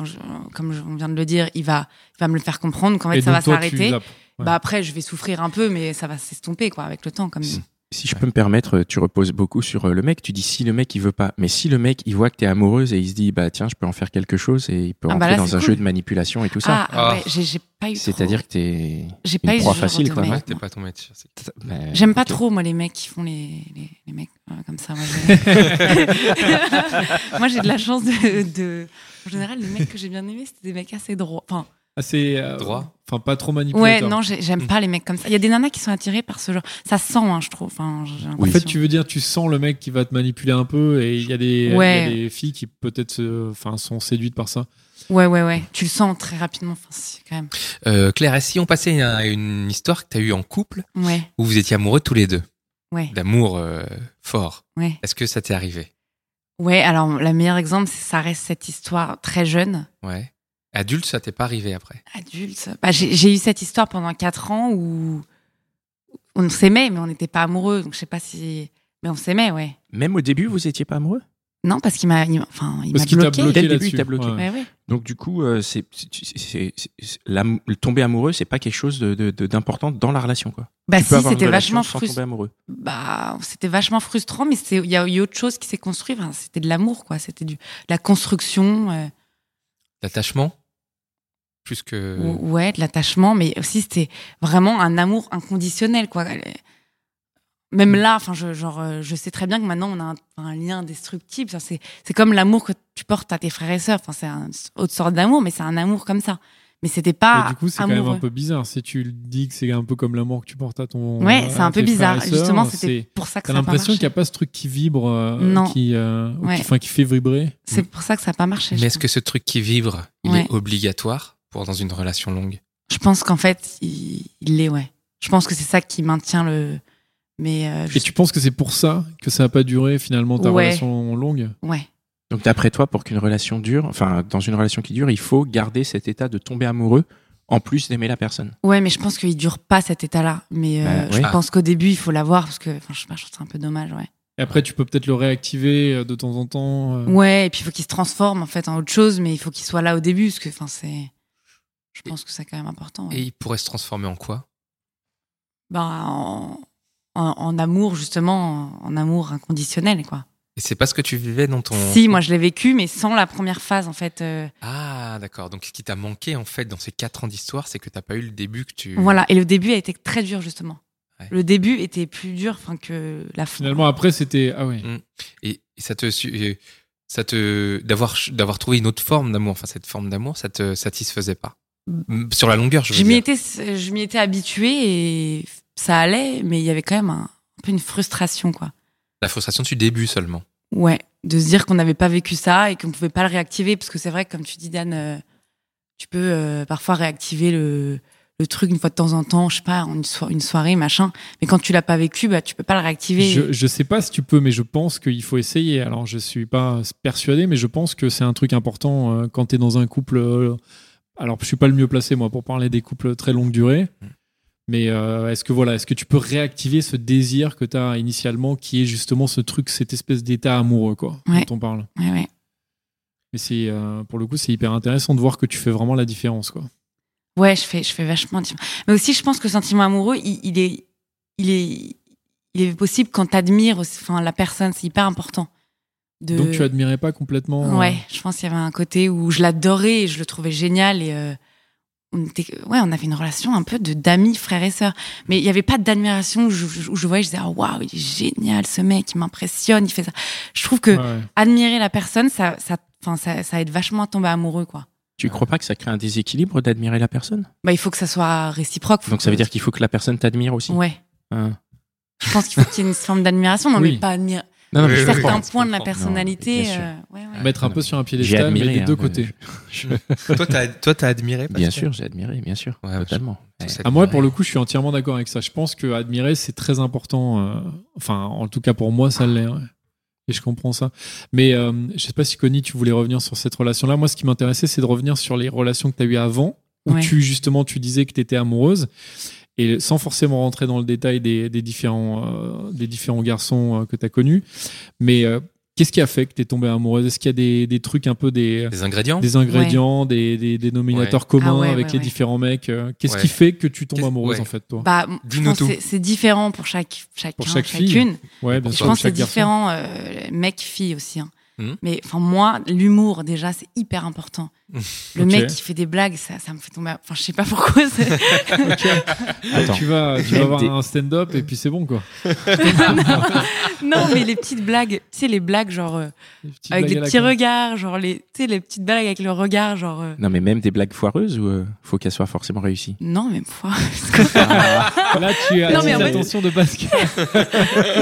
S4: comme je- on vient de le dire, il va, il va me le faire comprendre qu'en fait
S3: Et
S4: ça
S3: donc,
S4: va
S3: toi, tu
S4: s'arrêter.
S3: zappes. ouais.
S4: Bah après, je vais souffrir un peu, mais ça va s'estomper quoi avec le temps. Comme
S2: Si.
S1: Si je peux me permettre, euh, tu reposes beaucoup sur euh, le mec. Tu dis si le mec il veut pas, mais si le mec il voit que t'es amoureuse et il se dit bah tiens je peux en faire quelque chose et il peut
S4: Ah,
S1: rentrer
S4: bah là,
S1: dans
S4: c'est
S1: un
S4: cool.
S1: jeu de manipulation et tout ça.
S4: ah, ah
S2: Ah.
S4: ouais, j'ai j'ai pas eu. trop-
S1: C'est-à-dire que t'es
S4: j'ai
S1: une
S4: pas eu ce
S1: proie
S4: genre
S1: facile
S4: de
S1: quoi.
S4: mec.
S2: Ouais, t'es pas tombé dessus. c'est-
S1: Bah,
S4: J'aime pas
S1: ok.
S4: trop, moi, les mecs qui font les, les, les mecs euh, comme ça. Moi,
S1: *laughs*
S4: j'ai- *laughs* Moi, j'ai de la chance de, de- En général, les mecs que j'ai bien aimés, c'était des mecs assez droits. Enfin,
S3: Assez. euh,
S2: Droit.
S3: Enfin, pas trop
S4: ouais,
S3: manipulateur.
S1: hein.
S4: non, j'ai- j'aime pas les mecs comme ça. Il y a des nanas qui sont attirées par ce genre. Ça se sent, hein, je trouve. Enfin, j'ai
S3: En
S1: Oui.
S3: fait,
S4: l'impression.
S3: tu veux dire, tu sens le mec qui va te manipuler un peu et il y a des, il y a
S4: Ouais.
S3: des filles qui peut-être se- enfin, sont séduites par ça.
S4: Ouais, ouais, ouais. Tu le sens très rapidement. Enfin, c'est quand même.
S2: Euh, Claire, et si on passait à une histoire que t'as eue en couple
S4: Ouais,
S2: où vous étiez amoureux tous les deux,
S4: ouais,
S2: d'amour euh, fort,
S4: ouais.
S2: est-ce que ça t'est arrivé
S4: Ouais, alors, le meilleur exemple, c'est- ça reste cette histoire très jeune.
S2: Ouais. Adulte, ça t'est pas arrivé après.
S4: Adulte. Bah, j'ai j'ai eu cette histoire pendant 4 ans où on s'aimait, mais on n'était pas amoureux. Donc, je sais pas si. Mais on s'aimait, ouais.
S1: Même au début vous étiez pas amoureux.
S4: Non, parce qu'il m'a. il m'a- Enfin, il m'a
S3: Parce qu'il t'a
S4: bloqué.
S3: bloqué
S1: Dès le début,
S3: là-dessus.
S1: il t'a bloqué.
S3: Ouais.
S4: Ouais, ouais.
S1: Donc du coup euh, c'est c'est- c'est- c'est- c'est- l'am- le tomber amoureux c'est pas quelque chose de- de- de- d'important dans la relation quoi.
S4: Bah,
S1: Tu peux
S4: si,
S1: avoir une
S4: c'était
S1: relation
S4: vachement
S1: sans tomber
S4: frustrant.
S1: amoureux.
S4: Bah, c'était vachement frustrant, mais c'est- il y a eu autre chose qui s'est construite. Enfin, c'était de l'amour, quoi. C'était du... de la construction. euh,
S2: L'attachement Plus que.
S4: ou- Ouais, de l'attachement, mais aussi c'était vraiment un amour inconditionnel, quoi.
S3: Mm.
S4: Même là, enfin, je, genre, euh, je sais très bien que maintenant on a un, un lien destructible. Ça, c'est, c'est comme l'amour que tu portes à tes frères et sœurs. Enfin, c'est un- une autre sorte d'amour, mais c'est un amour comme ça. Mais c'était pas
S3: Et du coup, c'est quand
S4: Ah, amoureux.
S3: même un peu bizarre. Si tu le dis que c'est un peu comme l'amour que tu portes à ton.
S4: Ouais,
S3: à
S4: c'est un peu
S3: tes frères
S4: bizarre.
S3: et sœurs,
S4: Justement, c'était
S3: c'est-
S4: pour ça que
S3: T'as
S4: ça a pas
S3: l'impression
S4: marché.
S3: qu'il n'y a pas ce truc qui vibre, euh,
S4: Non.
S3: qui, euh, ou qui-
S4: Ouais.
S3: enfin, qui fait vibrer.
S4: C'est pour ça que ça a pas marché.
S2: Mais
S4: je
S2: est-ce que ce truc qui vibre, il
S4: Ouais.
S2: est obligatoire pour dans une relation longue
S4: Je pense qu'en fait, il il l'est, ouais. Je pense que c'est ça qui maintient le. Mais. euh, je-
S3: Et tu penses que c'est pour ça que ça n'a pas duré finalement ta
S4: Ouais.
S3: relation longue
S4: Ouais.
S1: Donc d'après toi, pour qu'une relation dure, enfin dans une relation qui dure, il faut garder cet état de tomber amoureux en plus d'aimer la personne.
S4: Ouais, mais je pense qu'il dure pas cet état-là. Mais euh,
S1: Bah,
S4: je
S1: oui.
S4: pense qu'au début, il faut l'avoir parce que. Enfin, je sais pas, je trouve ça un peu dommage, ouais.
S3: Et après, tu peux peut-être le réactiver euh, de temps en temps.
S2: Mm.
S3: euh.
S4: Ouais, et puis il faut qu'il se transforme en fait en autre chose, mais il faut qu'il soit là au début parce que, enfin, c'est. Je pense que c'est quand même important. ouais.
S2: Et il pourrait se transformer en quoi
S4: Bah, en, en- en amour, justement, en, en amour inconditionnel, quoi.
S2: Et c'est pas ce que tu vivais dans ton.
S4: Si, moi, je l'ai vécu, mais sans la première phase, en fait. euh,
S2: Ah, d'accord. Donc, ce qui t'a manqué, en fait, dans ces quatre ans d'histoire, c'est que t'as pas eu le début que tu.
S4: Voilà, et le début a été très dur, justement.
S2: Mm. Ouais.
S4: Le début était plus dur enfin, que la fin.
S3: Finalement, après, c'était. Ah ouais.
S2: Et, et ça te. su- et Ça te. D'avoir ch- d'avoir trouvé une autre forme d'amour, enfin, cette forme d'amour, ça te satisfaisait pas.
S4: Mm.
S2: M- Sur la longueur, je veux
S4: je m'y
S2: dire.
S4: étais, je m'y étais habituée et ça allait, mais il y avait quand même un, un peu une frustration, quoi.
S2: La frustration du début seulement.
S4: Ouais, de se dire qu'on n'avait pas vécu ça et qu'on pouvait pas le réactiver, parce que c'est vrai que comme tu dis, Dan, euh, tu peux euh, parfois réactiver le, le truc une fois de temps en temps, je sais pas, en une, so- une soirée, machin. Mais quand tu l'as pas vécu, bah tu peux pas le réactiver.
S3: Je, je sais pas si tu peux, mais je pense qu'il faut essayer. Alors, je suis pas persuadé, mais je pense que c'est un truc important euh, quand tu es dans un couple. euh, alors, je suis pas le mieux placé, moi, pour parler des couples très longue durée. Mais euh, est-ce que voilà, est-ce que tu peux réactiver ce désir que tu as initialement, qui est justement ce truc, cette espèce d'état amoureux, quoi,
S4: Ouais.
S3: dont on parle.
S4: Ouais, ouais.
S3: Mais c'est euh, pour le coup, c'est hyper intéressant de voir que tu fais vraiment la différence, quoi.
S4: Ouais, je fais, je fais vachement. différent. Mais aussi, je pense que le sentiment amoureux, il, il est, il est, il est possible quand t'admires, aussi- enfin, la personne, c'est hyper important. De...
S3: Donc, tu admirais pas complètement.
S4: Euh.
S3: euh,
S4: Ouais, je pense qu'il y avait un côté où je l'adorais, et je le trouvais génial et euh, on était, ouais, on avait une relation un peu de d'amis, frères et sœurs. Mais il n'y avait pas d'admiration où je, où je voyais, je disais, Ah, waouh, il est génial, ce mec, il m'impressionne, il fait ça. Je trouve que
S3: euh, ouais.
S4: admirer la personne, ça, ça, enfin, ça, ça aide vachement à tomber amoureux, quoi.
S1: Tu crois pas que ça crée un déséquilibre d'admirer la personne
S4: Bah, il faut que ça soit réciproque. faut
S1: Donc ça veut
S4: que-
S1: dire qu'il faut que la personne t'admire aussi.
S4: Ouais.
S1: Hein.
S4: Je pense qu'il faut qu'il y ait une forme d'admiration, non,
S3: Oui.
S4: mais pas admirer
S1: Non, non, mais
S2: Oui,
S1: je
S2: oui,
S1: comprends.
S4: certains
S2: je
S4: points de la
S2: comprends.
S4: personnalité.
S1: Non, bien sûr.
S4: euh, ouais, ouais.
S3: Mettre un peu sur un piédestal,
S1: admiré,
S3: mais des
S1: hein,
S3: deux
S1: mais
S3: côtés.
S2: toi, t'as toi, t'as admiré parce
S1: Bien
S2: que-
S1: sûr, j'ai admiré, bien sûr,
S2: Ouais,
S1: totalement.
S2: Tous
S1: Ouais.
S2: admirés.
S3: Ah, moi, pour le coup, je suis entièrement d'accord avec ça. Je pense que admirer, c'est très important. euh, enfin, en tout cas, pour moi, ça l'est. ouais. Et je comprends ça. Mais euh, je sais pas si, Connie, tu voulais revenir sur cette relation-là. Moi, ce qui m'intéressait, c'est de revenir sur les relations que tu as eues avant, où
S4: Ouais.
S3: tu, justement, tu disais que tu étais amoureuse. Et sans forcément rentrer dans le détail des, des différents, euh, des différents garçons euh, que tu as connus, mais euh, qu'est-ce qui a fait que tu es tombée amoureuse Est-ce qu'il y a des, des trucs un peu des,
S2: Des ingrédients
S3: des ingrédients, des, des dénominateurs communs
S4: Ah ouais,
S3: avec
S4: ouais,
S3: les
S4: ouais.
S3: différents mecs euh, Qu'est-ce
S2: Ouais.
S3: qui fait que tu tombes
S2: Qu'est-ce-
S3: amoureuse
S2: ouais.
S3: en fait, toi
S4: Bah, je
S2: Dis-nous
S4: pense
S2: tout.
S4: que c'est- c'est différent pour chaque, chacun,
S3: Pour chaque fille.
S4: chacune.
S3: Ouais, bien
S4: Je
S3: sûr,
S4: pense que c'est
S3: chaque garçon. Hmm.
S4: différent, euh, mec, fille aussi. hein.
S2: Mhm.
S4: Mais enfin, moi, l'humour, déjà, c'est hyper important. Le
S3: Hmm. Ok.
S4: mec qui fait des blagues, ça, ça me fait tomber. à- Enfin, je sais pas pourquoi. c'est-
S3: *laughs*
S1: Attends.
S3: Tu vas, tu vas voir
S1: Des-
S3: un stand-up et puis c'est bon quoi.
S4: non, mais les petites blagues, tu sais, les blagues, genre, euh,
S3: Les petites
S4: avec
S3: blagues à
S4: les
S3: la
S4: petits
S3: con.
S4: regards, genre, les, tu sais, les petites blagues avec le regard, genre. euh,
S1: Non, mais même des blagues foireuses ou euh, faut qu'elles soient forcément réussies
S4: Non, même *laughs* fois.
S3: Là, tu as
S4: Non, mais
S3: attiré
S4: en fait-
S3: l'attention de Pascal,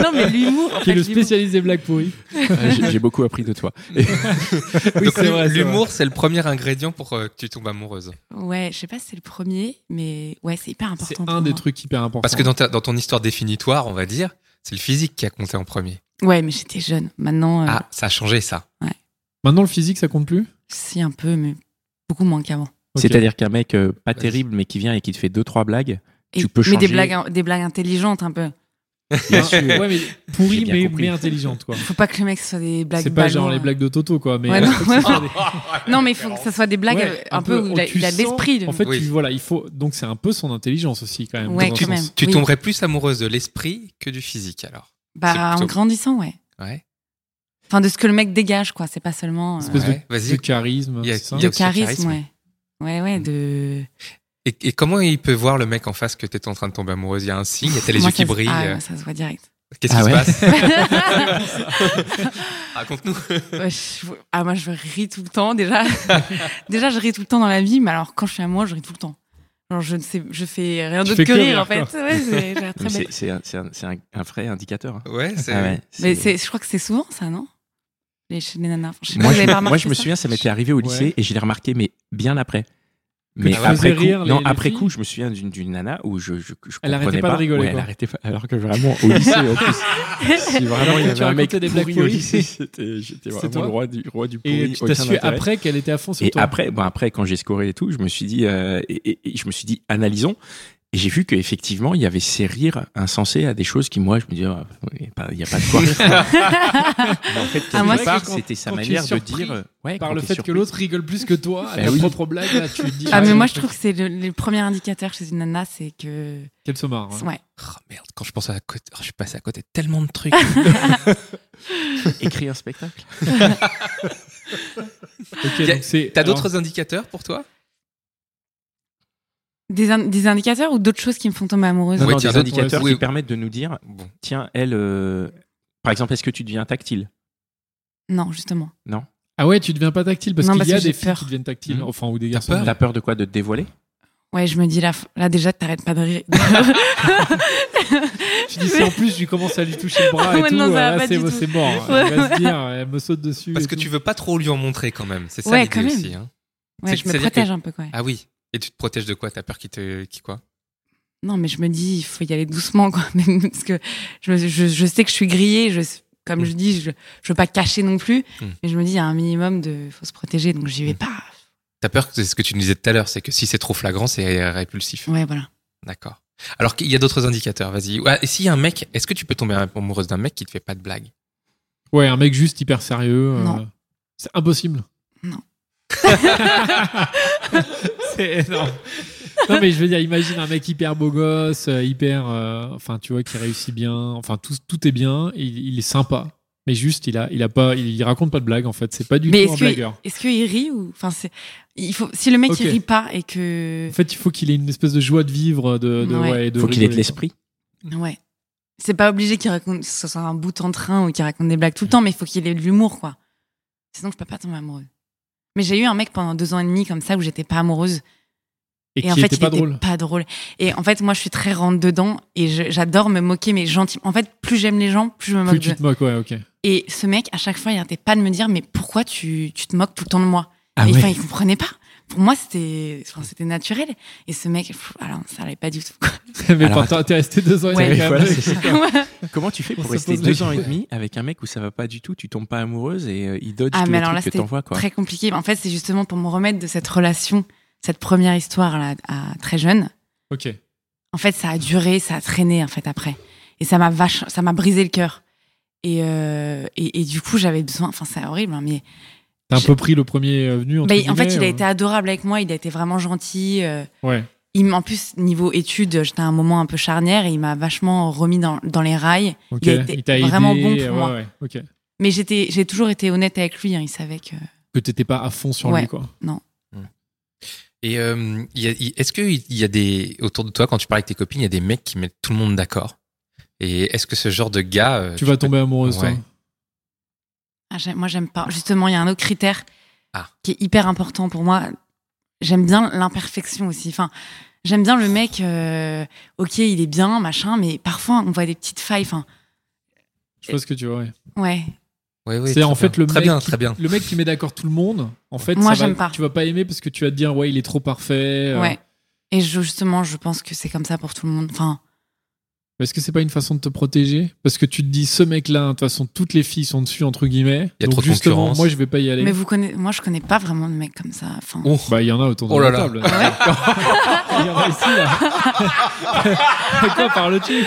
S4: non, mais l'humour. en
S3: qui est
S4: fait,
S3: le
S4: l'humour.
S3: spécialiste des blagues pourries.
S1: Ah, J'ai j'ai beaucoup appris de toi.
S3: Oui,
S2: Donc,
S3: c'est vrai, c'est
S2: L'humour, c'est le premier ingrédient pour euh, que tu tombes amoureuse.
S4: Ouais, je sais pas si c'est le premier, mais ouais, c'est hyper important.
S3: C'est
S4: pour
S3: un des
S4: moi.
S3: trucs hyper importants.
S2: Parce que dans, ta- dans ton histoire définitoire, on va dire, c'est le physique qui a compté en premier.
S4: Ouais, mais j'étais jeune. Maintenant, euh,
S2: Ah, ça a changé ça.
S3: Maintenant, le physique, ça compte plus
S4: si un peu, mais beaucoup moins qu'avant.
S3: Ok.
S1: C'est-à-dire qu'un mec euh, pas
S2: Vas-y.
S1: terrible mais qui vient et qui te fait deux trois blagues,
S4: Et-
S1: Tu peux
S4: mais
S1: changer.
S4: des blagues, des blagues intelligentes un peu.
S1: bien sûr.
S3: Ouais, mais pourries,
S1: J'ai bien
S3: mais,
S1: compris.
S3: mais intelligentes quoi.
S4: Faut pas que le mec ce soit des blagues.
S3: C'est pas
S4: ballons,
S3: genre
S4: là.
S3: les blagues de Toto quoi, mais
S4: Ouais, non, ouais, ouais. Non, mais il faut que
S2: référence.
S4: ça soit des blagues
S3: Ouais,
S4: un, peu, où il a,
S3: tu
S4: il a de
S3: sens-
S4: l'esprit. le-
S3: En fait,
S2: Oui.
S3: tu, voilà, il faut donc c'est un peu son intelligence aussi quand même.
S4: Ouais,
S3: dans un
S2: tu,
S4: quand même.
S3: sens.
S2: tu
S4: Oui.
S2: tomberais plus amoureuse de l'esprit que du physique alors. c'est
S4: bah, en
S2: plutôt-
S4: grandissant, ouais.
S2: Ouais.
S4: Enfin, de ce que le mec dégage, quoi. C'est pas seulement. euh,
S3: Espèce de-
S2: Ouais, Vas-y.
S3: Du charisme,
S2: Il y a-
S3: c'est ça
S2: il y
S4: de
S2: aussi le
S4: charisme,
S2: charisme.
S4: ouais. Ouais, ouais, de.
S2: Et, et comment il peut voir le mec en face que t'es en train de tomber amoureuse Il y a un signe, t'as les
S4: Moi,
S2: yeux qui
S4: ça se-
S2: brillent.
S4: Ah,
S2: euh,
S4: ouais, ça se voit direct. *laughs*
S2: Qu'est-ce
S1: Ah
S2: qui
S1: ouais.
S2: se passe Raconte-nous.
S4: Ouais, je- Ah, moi, je ris tout le temps. Déjà, *laughs* déjà, je ris tout le temps dans la vie, mais alors quand je suis à moi, je ris tout le temps. Genre, je ne sais, je fais rien
S3: Tu
S4: d'autre
S3: fais
S4: que
S3: que
S4: rire, en fait.
S3: rire,
S4: Ouais, c'est- j'ai l'air très
S1: Mais c'est-
S4: bête.
S1: C'est un, c'est un- c'est un- un vrai indicateur. hein.
S2: Ouais, c'est.
S1: Ah ouais,
S4: Mais
S1: c'est-
S4: c'est- je crois que c'est souvent ça, non Les chez les nanas. Enfin, je sais pas,
S1: Moi,
S4: vous
S1: je,
S4: avez
S1: moi,
S4: pas
S1: je
S4: remarqué
S1: me
S4: ça
S1: souviens, ça m'était arrivé au lycée
S3: Ouais.
S1: et je l'ai remarqué, mais bien après. Mais
S3: tu
S1: après
S3: faisais
S1: coup,
S3: rire les-
S1: non,
S3: les
S1: après
S3: filles
S1: coup, je me souviens d'une d'une nana où je, je, je
S3: Elle arrêtait
S1: comprenais
S3: pas de rigoler,
S1: Ouais, elle
S3: quoi.
S1: arrêtait pas. Alors que vraiment au lycée, en plus,
S3: *laughs*
S1: si vraiment
S3: Alors
S1: il
S3: que
S1: y
S3: tu
S1: avait un mec
S3: racontais des blagues
S1: pourri au
S3: pourries.
S1: lycée, c'était- j'étais
S3: C'est
S1: vraiment
S3: toi
S1: le roi du roi du pourri.
S3: Et tu t'as
S1: aucun
S3: su
S1: intérêt.
S3: après qu'elle était à fond sur
S1: Et
S3: toi.
S1: après, bon après, quand j'ai scoré et tout, je me suis dit, euh, et, et- et je me suis dit, analysons. Et j'ai vu qu'effectivement, il y avait ces rires insensés à des choses qui, moi, je me disais, Ah, il n'y a, pas- il y a pas de quoi rire. Mais en fait,
S4: Ah, moi,
S1: quelque part,
S3: c'est quand-
S1: c'était sa
S3: quand tu es
S1: manière de
S3: surpris
S1: dire, euh, ouais,
S3: par
S1: quand
S3: le
S1: t'es
S3: fait que
S1: surpris.
S3: l'autre rigole plus que toi, à
S2: Ah
S1: Bah
S3: la
S1: oui.
S3: propre blague, là, tu te dis.
S4: Ah, mais moi, je
S3: truc,
S4: trouve que c'est le, le premier indicateur chez une nana, c'est que.
S3: Qu'elle se marre. hein.
S4: Ouais.
S2: Oh, merde, quand je pense à côté, oh, je suis passé à côté de tellement de trucs.
S1: écrit un spectacle.
S3: Ok,
S2: Y a-
S3: donc c'est-
S2: T'as
S3: alors,
S2: d'autres indicateurs pour toi
S4: Des, in- des indicateurs ou d'autres choses qui me font tomber amoureuse
S1: Non,
S2: Ouais,
S1: non,
S2: tiens,
S1: des
S2: d'autres,
S1: indicateurs
S2: ouais,
S1: qui
S2: oui.
S1: permettent de nous dire,
S2: Bon.
S1: tiens, elle, euh, par exemple, est-ce que tu deviens tactile
S4: Non, justement.
S3: Ah ouais, tu deviens pas tactile parce
S4: Non,
S3: qu'il
S4: parce
S3: y a
S4: que j'ai
S3: des filles
S4: peur.
S3: qui deviennent tactiles,
S2: Mmh.
S3: enfin ou des
S2: T'as
S3: garçons.
S2: peur
S3: mais-
S1: T'as peur de quoi De te dévoiler
S4: Ouais, je me dis là, là déjà, t'arrêtes pas de rire. *laughs*
S2: bah.
S3: Tu dis si en plus je lui commence à lui toucher le
S4: *laughs*
S3: bras et
S4: Ouais,
S3: tout,
S4: non, ça va
S3: ah,
S4: pas
S3: c'est
S4: du tout.
S3: c'est mort.
S4: Ouais.
S3: Elle va se dire, elle me saute dessus.
S2: Parce
S3: et
S2: que
S3: tout.
S2: tu veux pas trop lui en montrer quand même. C'est ça
S4: Ouais,
S2: l'idée
S4: quand même.
S2: aussi. hein.
S4: Ouais,
S2: C'est-
S4: je me
S2: c'est-à-dire
S4: protège
S2: que-
S4: un peu, quoi.
S2: Ah oui. Et tu te protèges de quoi T'as peur qu'il te. Qui quoi
S4: Non, mais je me dis, il faut y aller doucement, quoi. *laughs* Même Parce que je, me- je, je sais que je suis grillée, je, comme
S2: Mm.
S4: je dis, je, je veux pas cacher non plus,
S2: Mm.
S4: mais je me dis, il y a un minimum de. faut se protéger, donc j'y vais pas.
S2: T'as peur que c'est ce que tu nous disais tout à l'heure, c'est que si c'est trop flagrant, c'est
S3: Mm.
S2: répulsif.
S4: Ouais, voilà.
S2: D'accord. Alors qu'il y a d'autres indicateurs, vas-y. Ouais, et s'il y a un mec, est-ce que tu peux tomber amoureuse d'un mec qui te fait pas de blagues
S3: Ouais, un mec juste hyper sérieux. euh,
S4: Non.
S3: C'est impossible.
S4: Non.
S3: *laughs* c'est énorme. Non, mais je veux dire, imagine un mec hyper beau gosse, euh, hyper. euh, enfin, tu vois, qui réussit bien. Enfin, tout, tout est bien. Il, il est sympa. Mais juste, il a, il a pas, il, il raconte pas de blagues en fait. C'est pas du
S4: Mais
S3: tout un
S4: est-ce que,
S3: blagueur.
S4: est-ce qu'il rit ou. Enfin, c'est. Il faut, si le mec,
S3: Ok.
S4: il rit pas et que.
S3: En fait, il faut qu'il ait une espèce de joie de vivre, de, de
S4: Ouais.
S3: ouais, et de
S1: Faut qu'il ait de
S3: rigoler,
S1: l'esprit.
S4: Ouais. C'est pas obligé qu'il raconte, que ce soit un bout en train ou qu'il raconte des blagues tout le temps, mais il faut qu'il ait de l'humour, quoi. Sinon, je peux pas tomber amoureuse. Mais j'ai eu un mec pendant deux ans et demi comme ça où j'étais pas amoureuse.
S3: Et,
S4: Et,
S3: qui
S4: en fait,
S3: était
S4: il
S3: pas
S4: était
S3: drôle.
S4: pas drôle. Et en fait, moi, je suis très rentre dedans et je- j'adore me moquer, mais gentiment. En fait, plus j'aime les gens, plus je me
S3: Plus
S4: moque
S3: tu
S4: d'eux.
S3: te moques, ouais, ok. *laughs*
S4: Et ce mec, à chaque fois, il arrêtait pas de me dire, mais pourquoi tu, tu te moques tout le temps de moi
S1: Ah
S4: Et
S1: ouais.
S4: enfin, il comprenait pas. Pour moi, c'était enfin, c'était naturel. Et ce mec, pff, alors, ça allait pas du tout.
S3: *laughs*
S4: quoi. *laughs*
S3: Mais
S1: Alors,
S3: pourtant, t'es resté deux ans et
S4: Ouais.
S3: demi.
S1: Et
S3: quand
S1: voilà,
S3: même.
S1: c'est
S4: *laughs*
S1: ça.
S4: Ouais.
S1: Comment tu fais
S3: On
S1: pour
S3: se
S1: rester
S3: pose la
S1: deux ans et
S3: question.
S1: demi avec un mec où ça va pas du tout, tu tombes pas amoureuse et euh, il dodge
S4: Ah,
S1: tous les
S4: mais alors
S1: trucs
S4: là,
S1: que
S4: c'était
S1: t'envoies quoi.
S4: Très compliqué. En fait, c'est justement pour me remettre de cette relation, cette première histoire là, à très jeune.
S3: Ok.
S4: en fait, ça a duré, ça a traîné en fait après, et ça m'a vache, ça m'a brisé le cœur. Et, euh, et, et du coup, j'avais besoin. Enfin, c'est horrible, hein, mais
S3: T'as un
S4: Je-
S3: peu pris le premier euh, venu. entre
S4: mais en fait, il a
S3: guillemets,
S4: été adorable avec moi. Il a été vraiment gentil. euh,
S3: euh, Ouais.
S4: il m- en plus, niveau études, j'étais à un moment un peu charnière et il m'a vachement remis dans, dans les rails.
S3: Ok.
S4: Il a été
S3: t'a
S4: vraiment
S3: aidé,
S4: bon pour
S3: ouais,
S4: moi.
S3: ouais, ok.
S4: Mais j'étais, j'ai toujours été honnête avec lui. hein, il savait que.
S3: Que t'étais pas à fond sur
S4: Ouais.
S3: lui,
S2: Euh,
S3: quoi.
S2: Et euh, il y a- il- est-ce que il y a des autour de toi quand tu parles avec tes copines, il y a des mecs qui mettent tout le monde d'accord Et est-ce que ce genre de gars, euh,
S3: Tu vas tomber amoureuse,
S2: Ouais.
S3: toi.
S4: Ah, j'aime- moi, j'aime pas. Justement, il y a un autre critère
S2: Ah.
S4: qui est hyper important pour moi. J'aime bien l'imperfection aussi. Enfin, j'aime bien le mec. euh, ok, il est bien, machin, mais parfois on voit des petites failles. Enfin,
S3: Je vois ce que tu vois. ouais.
S4: ouais.
S2: ouais, ouais,
S3: c'est
S2: très
S3: en fait
S2: bien.
S3: le
S2: très
S3: mec
S2: bien,
S3: qui, *laughs*
S2: très bien.
S3: le mec qui met d'accord tout le monde. En fait,
S4: Moi,
S3: ça va-
S4: j'aime pas.
S3: Tu vas pas aimer parce que tu vas te dire ouais, il est trop parfait. euh,
S4: Ouais. Et je- justement, je pense que c'est comme ça pour tout le monde. Enfin,
S3: mais Est-ce que c'est pas une façon de te protéger Parce que tu te dis ce mec-là, de toute façon, toutes les filles sont dessus entre guillemets.
S2: Il y a
S3: donc
S2: trop de
S3: justement,
S2: concurrence.
S3: moi, je vais pas y aller.
S4: mais vous connaissez, moi, je connais pas vraiment de mecs comme ça. Enfin,
S2: Oh.
S3: Bah, il y en a autour de
S2: Oh là
S3: la
S2: là.
S3: table.
S4: Ah
S3: *laughs* Il y en a ici, là.
S4: *laughs*
S3: De quoi parles-tu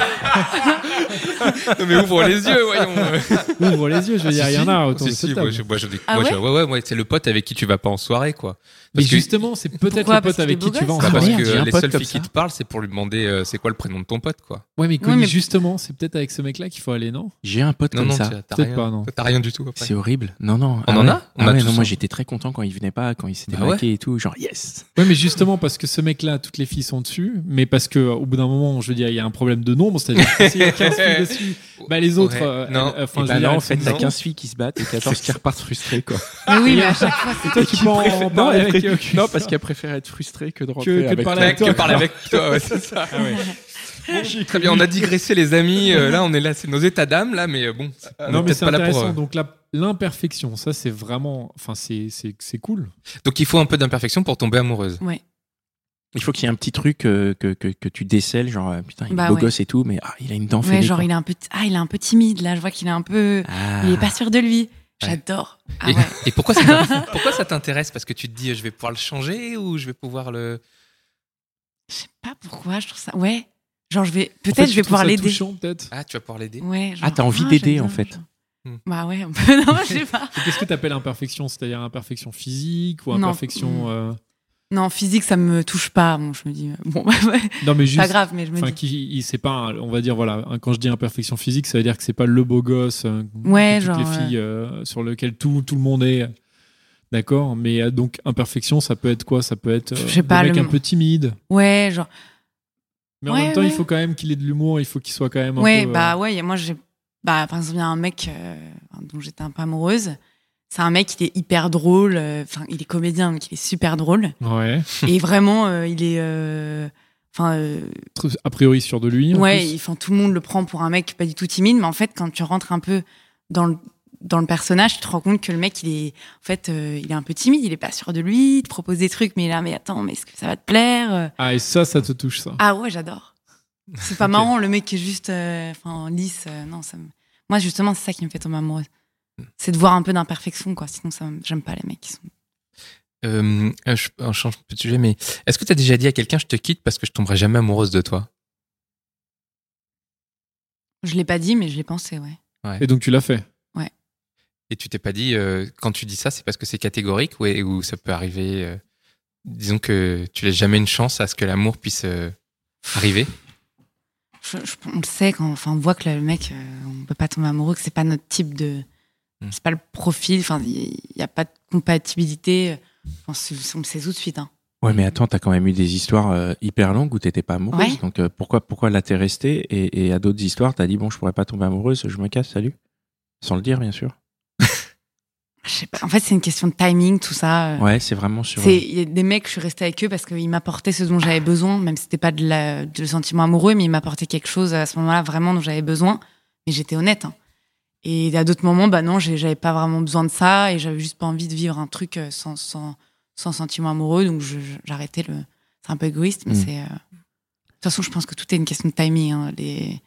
S2: Non, mais ouvre les yeux, voyons. *laughs*
S3: Ouvre les yeux, je veux dire, il y en a autour de
S2: Ah, Si, si,
S3: cette
S2: moi,
S3: table.
S2: je- moi, je dis-
S4: Ah
S2: moi, je-
S4: ouais
S2: ouais, ouais, ouais, c'est le pote avec qui tu vas pas en soirée, quoi.
S3: Mais
S2: Parce que-
S3: justement, c'est peut-être
S4: Pourquoi
S3: le pote
S4: Parce qu'il
S3: avec
S4: est
S3: qui
S4: beau
S3: tu vas en
S4: gosse
S2: Bah, parce
S3: soirée.
S2: que
S5: j'ai un
S2: les
S5: pote
S2: seules
S5: comme
S2: filles
S5: ça.
S2: qui te parlent, c'est pour lui demander euh, c'est quoi le prénom de ton pote, quoi.
S3: Ouais, mais,
S4: mais-
S3: Connie, justement, c'est peut-être avec ce mec-là qu'il faut aller, non
S1: J'ai un pote
S2: Non,
S1: comme
S2: non,
S1: ça.
S2: t'as- t'as
S3: Peut-être
S2: rien.
S3: pas, non.
S2: Toi, T'as rien du tout. après.
S1: C'est horrible. Non, non.
S2: On en a On
S1: ah
S2: a
S1: ouais,
S2: tous
S1: non,
S2: un.
S1: moi j'étais très content quand il venait pas, quand il s'était
S2: Bah ouais.
S1: maqué et tout. Genre, yes
S3: Ouais, mais justement, parce que ce mec-là, toutes les filles sont dessus, mais parce que au bout d'un moment, je veux dire, il y a un problème de nombre, c'est-à-dire que s'il y a 15 filles dessus, bah, les autres,
S2: Ouais.
S3: euh,
S2: Non.
S3: elles- enfin,
S1: Et
S3: je
S1: bah
S3: veux dire,
S1: là, en
S3: elles
S1: fait,
S3: sont-
S1: t'as
S2: non.
S1: 15 filles qui se battent et 14 qui repartent frustrées,
S2: *laughs*
S1: quoi.
S4: mais oui, mais à chaque fois, c'est-
S3: Et toi, tu peux
S1: Non,
S3: en parler
S1: elle
S3: avec
S1: préfère-
S3: euh,
S1: non, parce
S3: *laughs*
S1: qu'elle préfère être frustrée que de rentrer
S3: que de
S1: avec
S3: parler
S1: toi.
S2: Ouais,
S3: avec toi.
S2: que parler avec toi, ouais, *laughs* c'est ça. Bon, très bien, on a digressé les amis. euh, là, on est là, c'est nos états d'âme là, mais euh, bon, c'est- on
S3: Non,
S2: est
S3: mais
S2: peut-être
S3: c'est
S2: pas là pour.
S3: intéressant.
S2: euh,
S3: Donc, la- l'imperfection, ça, c'est vraiment. Enfin, c'est- c'est c'est cool.
S2: euh, Donc, il faut un peu d'imperfection pour tomber amoureuse.
S4: ouais.
S1: Il faut qu'il y ait un petit truc euh, que, que, que tu décèles, genre euh, putain, il est
S4: Bah
S1: beau
S4: ouais.
S1: gosse et tout, mais ah, il a une dent
S4: Ouais,
S1: fêlée,
S4: genre
S1: quoi.
S4: il est un peu, ti- ah, il est un peu timide là. Je vois qu'il est un peu,
S1: Ah.
S4: il est pas sûr de lui.
S2: Ouais.
S4: J'adore. Ah
S2: Et,
S4: ouais.
S2: et pourquoi ça
S4: *laughs*
S2: t'intéresse- pourquoi ça t'intéresse Parce que tu te dis, euh, je vais pouvoir le changer ou je vais pouvoir le.
S4: Je sais pas pourquoi. Je trouve ça, ouais. Genre je vais,
S3: En fait,
S4: peut-être
S3: tu
S4: je vais
S3: trouves
S4: pouvoir
S3: ça
S4: l'aider.
S3: touchant, peut-être.
S2: Ah, tu vas pouvoir l'aider.
S4: Ouais.
S1: Ah, t'as envie
S4: j'aime
S1: d'aider,
S4: bien,
S1: en fait.
S4: genre.
S2: Hmm.
S4: Bah ouais. un peu. *laughs* non, je sais pas.
S3: Et Qu'est-ce que t'appelles imperfection C'est-à-dire imperfection physique ou
S4: Non.
S3: imperfection. euh,
S4: Non, physique, ça me touche pas. Bon, je me dis, euh, bon, *laughs* bah, ouais,
S3: Non, mais juste.
S4: pas grave, mais je me
S3: Enfin,
S4: dis.
S3: qui, il- c'est pas, un- on va dire, voilà, un- quand je dis imperfection physique, ça veut dire que c'est pas le beau gosse, euh,
S4: Ouais,
S3: que toutes
S4: genre,
S3: les filles euh, sur lequel tout, tout le monde est, d'accord. Mais euh, donc imperfection, ça peut être quoi Ça peut être euh,
S4: Je sais pas,
S3: le mec
S4: le-
S3: un peu timide,
S4: Ouais, genre.
S3: mais en
S4: Ouais,
S3: même temps, il
S4: ouais.
S3: faut quand même qu'il ait de l'humour, il faut qu'il soit quand même. Un
S4: Ouais,
S3: peu, euh,
S4: bah ouais, et moi j'ai bah par exemple, il y a un mec euh, dont j'étais un peu amoureuse. C'est un mec, il est hyper drôle, euh, enfin il est comédien donc il est
S1: *laughs*
S4: super drôle
S3: euh, ouais.
S4: et vraiment euh, il est euh, enfin euh,
S3: Tr- A priori sur de lui. en
S4: ouais,
S3: plus.
S4: il- enfin, tout le monde le prend pour un mec pas du tout timide, mais en fait quand tu rentres un peu dans le dans le personnage, tu te rends compte que le mec, il est en fait, euh, il est un peu timide, il est pas sûr de lui, il te propose des trucs, mais il est là, mais attends, mais est-ce que ça va te plaire euh?
S3: Ah et ça, ça te touche ça.
S4: ah ouais, j'adore. C'est
S3: *laughs*
S4: pas marrant, le mec qui est juste euh, enfin lisse. euh, non, ça me- Moi, justement, c'est ça qui me fait tomber amoureuse.
S3: Hmm.
S4: C'est de voir un peu d'imperfection, quoi. Sinon, ça, me- j'aime pas les mecs qui sont.
S2: Euh, euh, je, on change un peu de sujet, mais est-ce que t'as déjà dit à quelqu'un, je te quitte parce que je tomberai jamais amoureuse de toi
S4: Je l'ai pas dit, mais je l'ai pensé, ouais.
S3: Et donc tu l'as fait.
S2: Et tu t'es pas dit, euh, quand tu dis ça, c'est parce que c'est catégorique ou, ou ça peut arriver euh, Disons que tu laisses jamais une chance à ce que l'amour puisse euh, arriver.
S4: Je- je- on le sait, quand, enfin, on voit que le mec, euh, on peut pas tomber amoureux, que c'est pas notre type de.
S2: Hmm.
S4: C'est pas le profil, enfin, il n'y a pas de compatibilité. euh, Enfin, c'est- on le sait tout de suite. hein.
S1: Ouais, mais attends, t'as quand même eu des histoires euh, hyper longues où t'étais pas amoureuse.
S4: Ouais.
S1: Donc euh, pourquoi, pourquoi là t'es restée et, et à d'autres histoires, t'as dit bon, je pourrais pas tomber amoureuse, je me casse, salut. Sans le dire, bien sûr.
S4: Je sais pas. En fait, c'est une question de timing, tout ça. euh.
S1: Ouais, c'est vraiment sur.
S4: C'est il y a des mecs, je suis restée avec eux parce qu'ils m'apportaient ce dont j'avais besoin, même si c'était pas de la, de sentiment amoureux, mais ils m'apportaient quelque chose à ce moment-là vraiment dont j'avais besoin. Mais j'étais honnête. hein. Et à d'autres moments, bah non, j'ai- j'avais pas vraiment besoin de ça et j'avais juste pas envie de vivre un truc euh, sans, sans, sans sentiment amoureux, donc je- je- j'arrêtais le. C'est un peu égoïste, mais
S1: Mm.
S4: c'est. euh, De toute façon, je pense que tout est une question de timing, hein, les,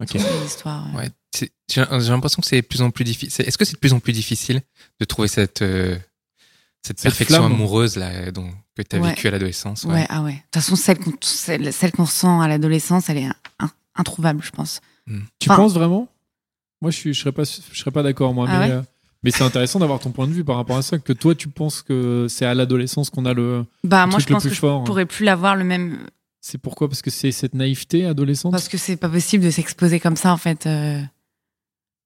S1: Ok.
S4: toutes ces histoires. euh.
S2: Ouais. C'est- J'ai j'ai l'impression que c'est de plus en plus difficile. Est-ce que c'est de plus en plus difficile de trouver cette, euh, Cette
S3: Cette
S2: perfection
S3: flamme.
S2: amoureuse là, dont, que tu as
S4: Ouais.
S2: vécue à l'adolescence.
S4: Ouais, ah ouais. De toute façon, celle qu'on celle, celle qu'on ressent à l'adolescence, elle est in- introuvable, je pense.
S3: Tu
S4: Enfin-
S3: penses vraiment Moi, je suis, je serais pas, je serais pas d'accord, moi.
S4: Ah
S3: mais
S4: ouais
S3: euh, mais c'est intéressant d'avoir ton point de vue par rapport à ça. Que toi, tu penses que c'est à l'adolescence qu'on a le.
S4: Bah,
S3: Le
S4: moi, je
S3: truc le
S4: pense
S3: plus
S4: que je
S3: fort, hein.
S4: pourrais plus l'avoir le même.
S3: C'est pourquoi Parce que c'est cette naïveté adolescente.
S4: Parce que c'est pas possible de s'exposer comme ça, en fait. euh,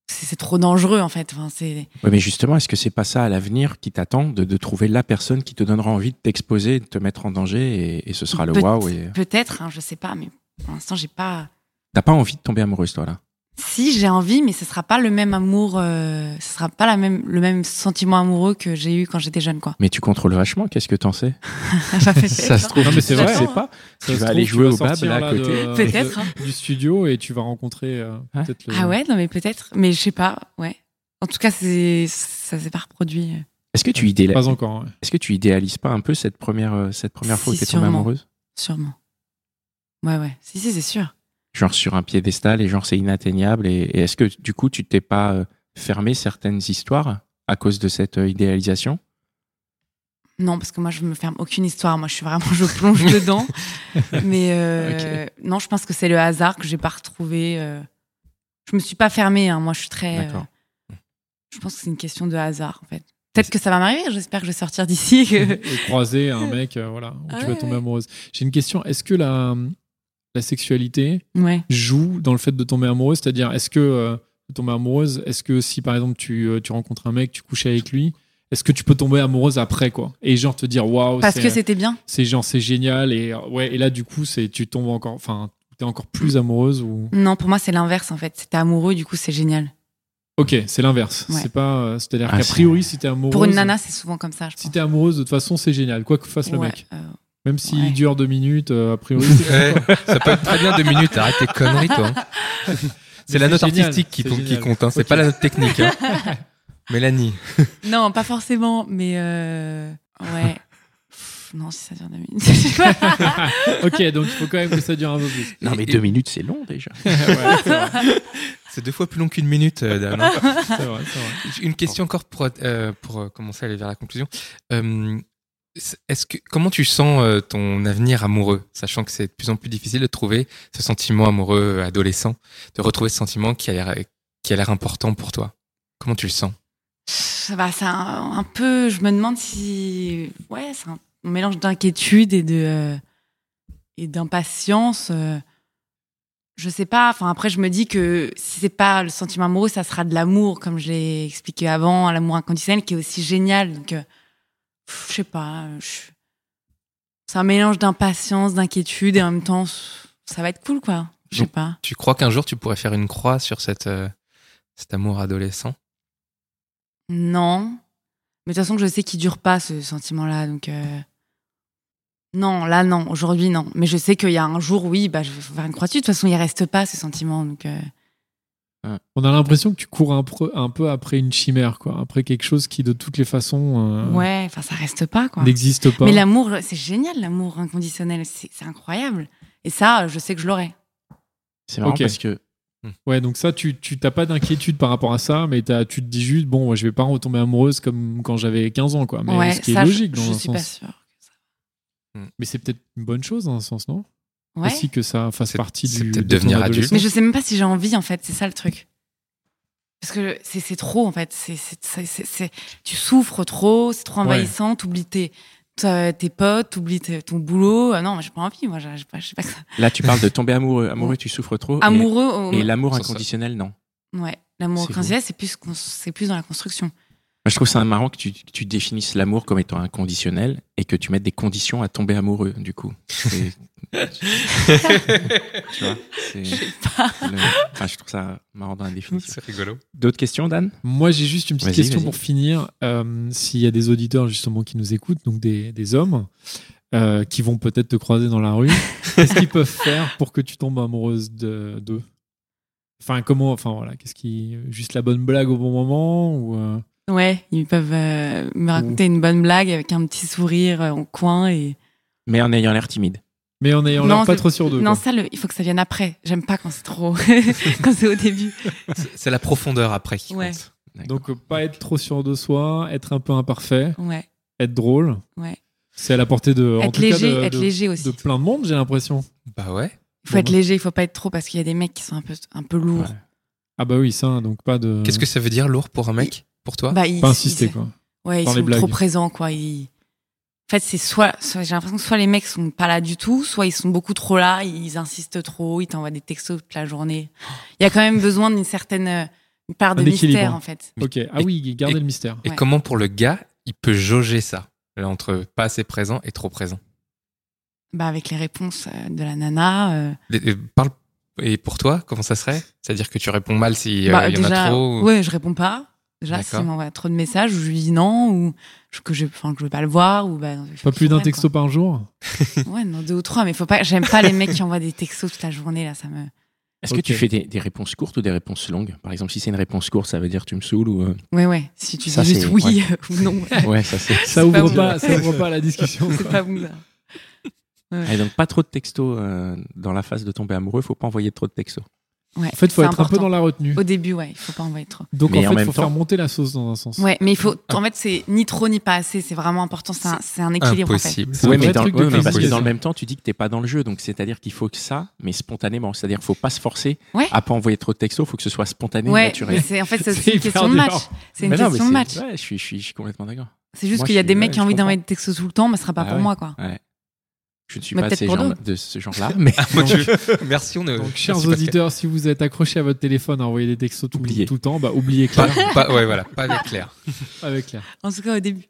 S4: C'est c'est trop dangereux, en fait. Enfin, c'est.
S1: Ouais, mais justement, est-ce que c'est pas ça à l'avenir qui t'attend de, de trouver la personne qui te donnera envie de t'exposer, de te mettre en danger et, et ce sera le
S4: Peut-
S1: waouh et euh,
S4: Peut-être, hein, je sais pas, mais pour l'instant, j'ai pas.
S1: t'as pas envie de tomber amoureuse toi là.
S4: Si j'ai envie, mais ce sera pas le même amour, euh, ce sera pas la même, le même sentiment amoureux que j'ai eu quand j'étais jeune,
S2: *laughs*
S4: quoi.
S1: Mais tu contrôles vachement, qu'est-ce que t'en sais
S4: Ça, fait
S2: Ça se trouve,
S3: Non, mais c'est
S1: tu
S3: vrai.
S1: sais pas. Tu
S3: Ça se
S1: vas
S3: trouve,
S1: aller jouer au bab
S3: sortir,
S1: là à
S3: là, de-
S1: côté.
S3: de-
S4: Peut-être, hein.
S3: du studio et tu vas rencontrer euh,
S1: Ouais.
S3: peut-être le-
S4: Ah ouais, non mais peut-être, mais je sais pas, ouais. En tout cas, c'est ça s'est pas reproduit. euh,
S1: Est-ce que tu idéal-
S3: Pas encore. ouais.
S4: *laughs*
S1: est-ce que tu idéalises pas un peu cette première euh, cette première fois où
S4: Si,
S1: t'es tombée
S4: sûrement.
S1: amoureuse
S4: Sûrement. Ouais, ouais. Si, si, c'est sûr.
S1: genre sur un piédestal et genre c'est inatteignable et, et est-ce que du coup tu t'es pas euh, fermé certaines histoires à cause de cette euh, idéalisation
S4: Non, parce que moi, je me ferme aucune histoire. Moi, je suis vraiment, *laughs* je plonge dedans. Mais euh, non, je pense que c'est le hasard que j'ai pas retrouvé. euh. Je me suis pas fermée. hein. Moi, je suis très.
S1: D'accord.
S4: euh, Je pense que c'est une question de hasard, en fait. Peut-être que ça va m'arriver. J'espère que je vais
S3: *laughs*
S4: sortir d'ici. *laughs* que-
S3: et croiser un mec, euh, voilà, où
S4: Ah
S3: tu
S4: ouais,
S3: vas tomber
S4: ouais.
S3: amoureuse. J'ai une question. Est-ce que la, la sexualité
S4: ouais.
S3: joue dans le fait de tomber amoureuse C'est-à-dire, est-ce que euh, de tomber amoureuse, est-ce que si par exemple tu, euh, tu rencontres un mec, tu couches avec lui, est-ce que tu peux tomber amoureuse après quoi Et genre te dire waouh, Oh,
S4: Parce
S3: c'est-
S4: que c'était bien.
S3: c'est genre c'est génial et euh, ouais et là du coup c'est tu tombes encore, enfin t'es encore plus amoureuse ou
S4: Non, pour moi, c'est l'inverse, en fait. C'était amoureux, du coup, c'est génial.
S3: Ok, c'est l'inverse.
S4: Ouais.
S3: C'est pas, euh, c'est-à-dire
S1: Ah,
S3: qu'a
S1: c'est-
S3: priori si t'es amoureuse,
S4: Pour une nana, c'est souvent comme ça, je pense.
S3: si t'es amoureuse de toute façon c'est génial quoi que fasse le
S4: Ouais,
S3: mec,
S4: euh,
S3: même s'il
S4: ouais.
S3: dure deux minutes, euh, a priori c'est
S2: Ouais, ça peut être très bien deux minutes. Arrête tes conneries, toi. hein. C'est la
S3: c'est
S2: note
S3: génial,
S2: artistique qui,
S3: c'est
S2: compte- qui
S3: génial.
S2: compte. hein. C'est
S3: Ok.
S2: pas la note technique. *laughs* hein. Mélanie.
S4: Non, pas forcément, mais euh,
S3: *laughs*
S4: ouais. Pff, non, si ça dure deux minutes. *laughs* je sais pas.
S3: *laughs* ok, donc il faut quand même que ça dure un peu plus.
S1: Non mais
S2: Et-
S1: deux minutes c'est long déjà.
S3: *laughs* Ouais, c'est vrai,
S2: C'est deux fois plus long qu'une minute, euh, Dan, hein.
S3: c'est vrai, c'est vrai.
S2: Une question encore pour, euh, pour euh, commencer à aller vers la conclusion. Euh, est-ce que, comment tu sens euh, ton avenir amoureux, sachant que c'est de plus en plus difficile de trouver ce sentiment amoureux euh, adolescent, de retrouver ce sentiment qui a l'air, qui a l'air important pour toi Comment tu le sens
S4: Ça va, c'est un, un peu. Je me demande si, ouais, c'est un, mélange d'inquiétude et de euh, et d'impatience. euh. je sais pas. Enfin, après, je me dis que si c'est pas le sentiment amoureux, ça sera de l'amour, comme je l'ai expliqué avant, l'amour inconditionnel, qui est aussi génial. Donc, euh, pff, je sais pas. euh, je- C'est un mélange d'impatience, d'inquiétude et en même temps, ça va être cool, quoi. Je sais
S2: Donc,
S4: pas.
S2: Tu crois qu'un jour tu pourrais faire une croix sur cette, euh, cet amour adolescent
S4: Non. Mais de toute façon, je sais qu'il dure pas ce sentiment-là, donc euh, non, là non, aujourd'hui non. Mais je sais qu'il y a un jour, oui, bah je vais faire une croix dessus. De toute façon, il reste pas ce sentiment, donc euh,
S3: On a l'impression que tu cours un, pre- un peu après une chimère, quoi, après quelque chose qui de toutes les façons euh,
S4: ouais, enfin ça reste pas quoi.
S3: n'existe pas.
S4: Mais l'amour, c'est génial, l'amour inconditionnel, c'est c'est incroyable. Et ça, je sais que je l'aurai.
S1: C'est marrant
S3: Ok.
S1: parce que
S3: Ouais, donc ça, tu tu- t'as pas d'inquiétude par rapport à ça, mais t'as- tu te dis juste bon, ouais, je vais pas retomber amoureuse comme quand j'avais 15 ans, quoi. Mais
S4: ouais,
S3: ce qui
S4: ça,
S3: est
S4: je-
S3: logique
S4: je,
S3: dans un
S4: suis pas
S3: sens.
S4: sûre.
S3: Mais c'est peut-être une bonne chose dans un sens, non
S4: Ouais.
S3: Aussi que ça fasse
S2: C'est-
S3: partie
S2: c'est
S3: du
S2: peut-être
S3: de
S2: devenir
S3: ton
S2: adulte.
S3: adolescence.
S4: Mais je sais même pas si j'ai envie, en fait, c'est ça le truc. Parce que c'est c'est trop, en fait. c'est c'est- c'est- c'est- c'est- tu souffres trop, c'est trop
S3: Ouais.
S4: envahissant, t'oublies tes, ta- tes potes, t'oublies tes- ton boulot. Ah non, mais j'ai pas envie, moi, j'ai j'ai pas, j'ai pas que ça.
S1: là tu parles de tomber amoureux, amoureux tu souffres trop. et-
S4: Amoureux, au-
S1: Et l'amour
S2: Ça, ça-
S1: inconditionnel, non.
S4: ouais, l'amour
S1: C'est
S4: inconditionnel, c'est plus, cons- c'est plus dans la construction.
S1: Moi, je trouve ça marrant que tu, que tu définisses l'amour comme étant inconditionnel et que tu mettes des conditions à tomber amoureux, du coup. C'est- tu vois c'est le- enfin, Je trouve ça marrant dans la définition.
S2: C'est rigolo.
S1: D'autres questions, Dan
S3: Moi, j'ai juste une petite
S1: Vas-y,
S3: question
S1: vas-y.
S3: pour finir. Euh, S'il y a des auditeurs justement qui nous écoutent, donc des, des hommes euh, qui vont peut-être te croiser dans la
S2: *laughs*
S3: rue, qu'est-ce qu'ils peuvent faire pour que tu tombes amoureuse de- d'eux Enfin, comment Enfin, voilà, qu'est-ce qui juste la bonne blague au bon moment ou euh,
S4: Ouais, ils peuvent euh, me raconter une bonne blague avec un petit sourire euh, en coin et.
S1: Mais en ayant l'air timide.
S3: Mais en ayant
S4: Non,
S3: l'air pas
S4: c'est-
S3: trop sûr d'eux.
S4: Non,
S3: quoi.
S4: ça, le- il faut que ça vienne après. J'aime pas quand c'est trop, *laughs* quand c'est au début.
S2: C'est- C'est la profondeur après qui
S4: Ouais.
S2: compte.
S3: Donc, euh, pas être trop sûr de soi, être un peu imparfait
S4: Ouais.
S3: être drôle.
S4: Ouais.
S3: C'est à la portée de, en
S4: Être
S3: tout cas,
S4: léger,
S3: de-
S4: être
S3: de-
S4: léger aussi.
S3: de plein de monde, j'ai l'impression.
S2: Bah ouais.
S4: Il faut être léger, il faut pas être trop parce qu'il y a des mecs qui sont un peu, un peu lourds.
S2: Ouais.
S3: Ah bah oui, ça, donc pas de.
S2: Qu'est-ce que ça veut dire lourd pour un mec Pour toi
S4: Bah, ils-
S3: Pas insister,
S4: ils-
S3: quoi.
S4: Ouais, ils
S3: Dans les
S4: sont trop
S3: blagues.
S4: présents, quoi. Ils- En fait, c'est soit, soit- j'ai l'impression que soit les mecs sont pas là du tout, soit ils sont beaucoup trop là, ils insistent trop, ils t'envoient des textos toute la journée. Il y a quand même besoin d'une certaine euh, une part de
S3: Un équilibre.
S4: mystère, en fait.
S3: Ok, ah oui, garder le mystère.
S2: Et
S4: Ouais.
S2: comment pour le gars, il peut jauger ça là, entre pas assez présent et trop présent
S4: Bah, avec les réponses euh, de la nana. euh,
S2: Et- et Parle. Et pour toi, comment ça serait C'est-à-dire que tu réponds mal si euh,
S4: bah,
S2: il y en a trop ou-
S4: ouais, je réponds pas. Déjà,
S2: D'accord.
S4: s'il m'envoie trop de messages, je lui dis non, ou que je, enfin, que je veux pas le voir, ou bah, il
S3: Pas
S4: faut qu'il
S3: plus d'un
S4: comprenne,
S3: texto par jour
S4: quoi. Ouais, non, deux ou trois, mais faut pas, j'aime pas les mecs qui envoient des textos toute la journée, là, ça me.
S1: Est-ce
S3: Ok.
S1: que tu fais des, des réponses courtes ou des réponses longues Par exemple, si c'est une réponse courte, ça veut dire tu me saoules ou. euh,
S4: *laughs* Ouais, ouais. Si tu
S1: Ça,
S4: dis juste
S1: c'est-
S4: oui euh, ou non,
S1: Ouais, ça c'est.
S3: Ça
S4: C'est
S3: ouvre
S4: pas
S3: pas,
S4: bon.
S3: ça
S4: *laughs*
S3: ouvre pas la discussion.
S4: c'est pas bon, là.
S1: Et donc, pas trop de textos euh, dans la phase de tomber amoureux, faut pas envoyer trop de textos.
S4: Ouais,
S3: En fait, faut
S4: c'est
S3: être un peu
S4: important.
S3: dans la retenue.
S4: Au début, ouais, il faut pas envoyer trop.
S3: Donc
S1: Mais en
S3: en fait,
S1: même
S3: faut
S1: temps-
S3: faire monter la sauce dans un sens.
S4: Ouais, mais il faut. En fait, c'est ni trop ni pas assez. C'est vraiment important. C'est un, c'est un équilibre.
S2: Impossible.
S3: C'est un vrai
S1: mais,
S2: *laughs*
S1: dans,
S3: truc
S1: ouais,
S3: de
S1: mais parce que
S3: communication.
S1: dans le même temps, tu dis que t'es pas dans le jeu, donc c'est-à-dire qu'il faut que ça, mais spontanément. C'est-à-dire faut pas se forcer
S4: Ouais.
S1: à pas envoyer trop de textos, faut que ce soit
S4: En
S1: spontané et
S4: fait. Ouais, mais
S1: naturel.
S4: c'est en fait
S3: *laughs*
S4: c'est
S3: C'est
S4: aussi une
S3: hyper
S4: question de match.
S3: dur.
S4: C'est une
S1: Mais non, mais
S4: question de match.
S1: c'est- ouais, je, suis, je, suis, je suis complètement d'accord.
S4: C'est juste
S1: Moi,
S4: qu'il y a
S1: je
S4: des
S1: suis-
S4: mecs
S1: ouais,
S4: qui ont
S1: je
S4: envie d'envoyer
S1: comprends.
S4: des textos tout le temps, mais ce sera pas
S1: Ah
S4: pour
S1: ouais.
S4: moi, quoi.
S1: Ouais. Je ne suis
S4: Mais
S1: pas de,
S4: peut-être
S1: ces
S4: pour
S1: gens,
S4: d'autres.
S1: de ce
S4: *laughs*
S1: genre-là, mais
S2: Mon Dieu. Merci, on est.
S3: Donc, chers
S2: merci, Pascal.
S3: auditeurs, si vous êtes accrochés à votre téléphone à envoyer des textos tout,
S1: Oubliez.
S3: tout le temps, bah, oubliez
S2: Pas,
S3: Claire.
S2: pas- ouais, voilà, pas avec Claire.
S3: avec Claire.
S4: En tout cas, au début.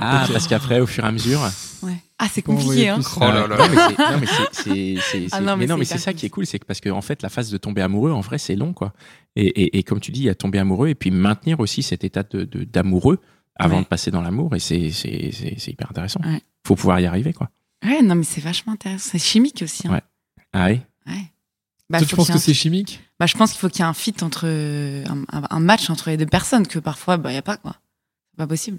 S1: ah
S4: *laughs*
S1: parce qu'après, au fur et à mesure, euh,
S4: Ouais. Ah, c'est
S3: Faut envoyer
S4: compliqué, hein.
S3: plus.
S2: Oh là là.
S1: Non, mais c'est- non, mais c'est- c'est- c'est-
S4: Ah
S1: c'est-
S4: non, mais
S1: mais non,
S4: c'est
S1: mais c'est
S4: hyper
S1: ça qui est cool, c'est que parce que en fait, la phase de tomber amoureux, en vrai, c'est long, quoi. Et, et, et comme tu dis, il y a tomber amoureux et puis maintenir aussi cet état de de- d'amoureux avant
S4: Ouais.
S1: de passer dans l'amour, et c'est c'est- c'est- c'est hyper intéressant.
S4: Ouais.
S1: Faut pouvoir y arriver, quoi.
S4: hein. Ouais, non, mais c'est vachement intéressant. C'est chimique aussi. Hein.
S1: Ah oui.
S4: Ouais. Bah,
S3: Toi, tu
S4: faut
S3: penses
S4: qu'il y
S3: que
S4: ait un-
S3: c'est chimique
S4: bah, je pense qu'il faut qu'il y ait un fit entre un, un- un match entre les deux personnes que parfois bah y a pas quoi. C'est Pas possible.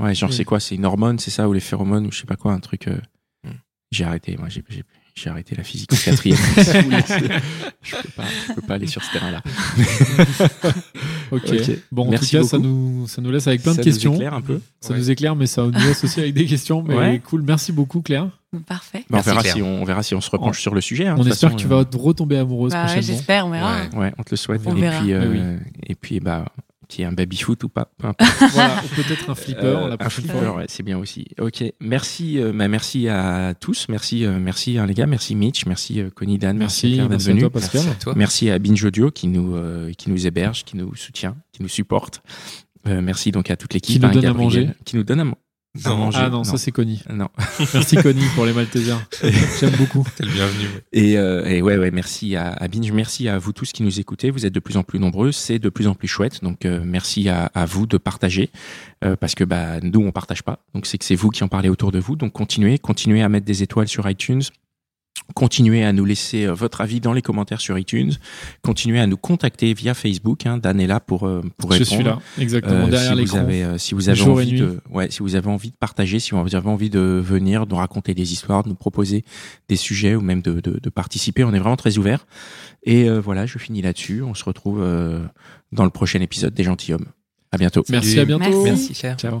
S1: Ouais, genre
S2: Mm.
S3: Ouais.
S1: c'est quoi C'est une hormone, c'est ça, ou les phéromones, ou je sais pas quoi, un truc. euh,
S2: Hmm.
S1: J'ai arrêté, moi, j'ai- j'ai j'ai arrêté la physique en
S2: *laughs*
S1: quatrième. Ça me saoule. je peux pas, je peux pas aller sur ce terrain-là.
S3: Ok.
S1: Ok.
S3: Bon, en
S1: Merci
S3: tout cas, ça
S1: beaucoup.
S3: nous, ça nous laisse avec plein
S1: Ça
S3: de
S1: nous
S3: questions.
S1: éclaire un peu. Bah,
S3: Ça
S2: Ouais.
S3: nous éclaire, mais ça nous laisse aussi avec des questions. Mais
S1: Ouais.
S3: cool, merci beaucoup Claire.
S4: Parfait.
S1: Bah, on
S2: Merci,
S1: verra
S2: Claire.
S1: si on, on verra si on se repenche sur le sujet. hein, de
S3: On
S1: toute
S3: espère
S1: façon,
S3: que
S1: euh,
S3: tu vas retomber amoureuse
S4: Bah ouais,
S3: prochainement.
S4: j'espère, on verra.
S2: Ouais.
S1: Ouais, on te le souhaite.
S3: On
S1: et,
S4: verra.
S1: Puis, euh,
S3: Mais
S1: et puis, bah, qui est un baby foot ou pas, peu importe.
S3: Voilà, ou peut-être un flipper
S1: Euh,
S3: la
S1: un
S3: prochaine
S1: flipper,
S3: fois.
S1: ouais, c'est bien aussi. Ok, merci, euh, bah, merci à tous, merci, euh, merci hein, les gars, merci Mitch, merci euh, Connie Dan, merci,
S3: Merci,
S1: Claire d'être
S3: merci à
S1: venue.
S3: toi Pascal.
S2: Merci à toi.
S1: *laughs* Merci à Binge Audio qui nous, euh, qui nous héberge, qui nous soutient, qui nous supporte. Euh, merci donc à toute l'équipe.
S3: Qui nous
S1: hein,
S3: donne à
S1: Gabriel,
S3: manger.
S1: Qui nous donne à, man- à
S2: Non.
S1: manger.
S3: Ah non, ça
S1: *laughs*
S3: c'est Connie.
S1: Non.
S3: Merci Connie pour
S1: *laughs*
S3: les Maltesers. J'aime beaucoup.
S2: T'es le bienvenu. ouais.
S1: Et, euh, et ouais, ouais, merci à, à Binge, merci à vous tous qui nous écoutez. Vous êtes de plus en plus nombreux, c'est de plus en plus chouette. Donc euh, merci à, à vous de partager euh, parce que bah nous on partage pas. Donc c'est que c'est vous qui en parlez autour de vous. Donc continuez, continuez à mettre des étoiles sur iTunes. Continuez à nous laisser euh, votre avis dans les commentaires sur iTunes. Continuez à nous contacter via Facebook. Hein. Dan est là pour euh, pour
S3: Je
S1: répondre.
S3: suis là, exactement
S1: Euh,
S3: derrière
S1: si vous
S3: l'écran.
S1: avez euh, si vous avez
S3: Jour et
S1: envie
S3: nuit.
S1: de ouais si vous avez envie de partager si vous avez envie de venir de raconter des histoires de nous proposer des sujets ou même de, de, de participer on est vraiment très ouvert et euh, voilà je finis là-dessus on se retrouve euh, dans le prochain épisode des gentilshommes à bientôt
S3: Merci
S2: Salut.
S3: à bientôt.
S2: Merci, Claire.
S3: Ciao.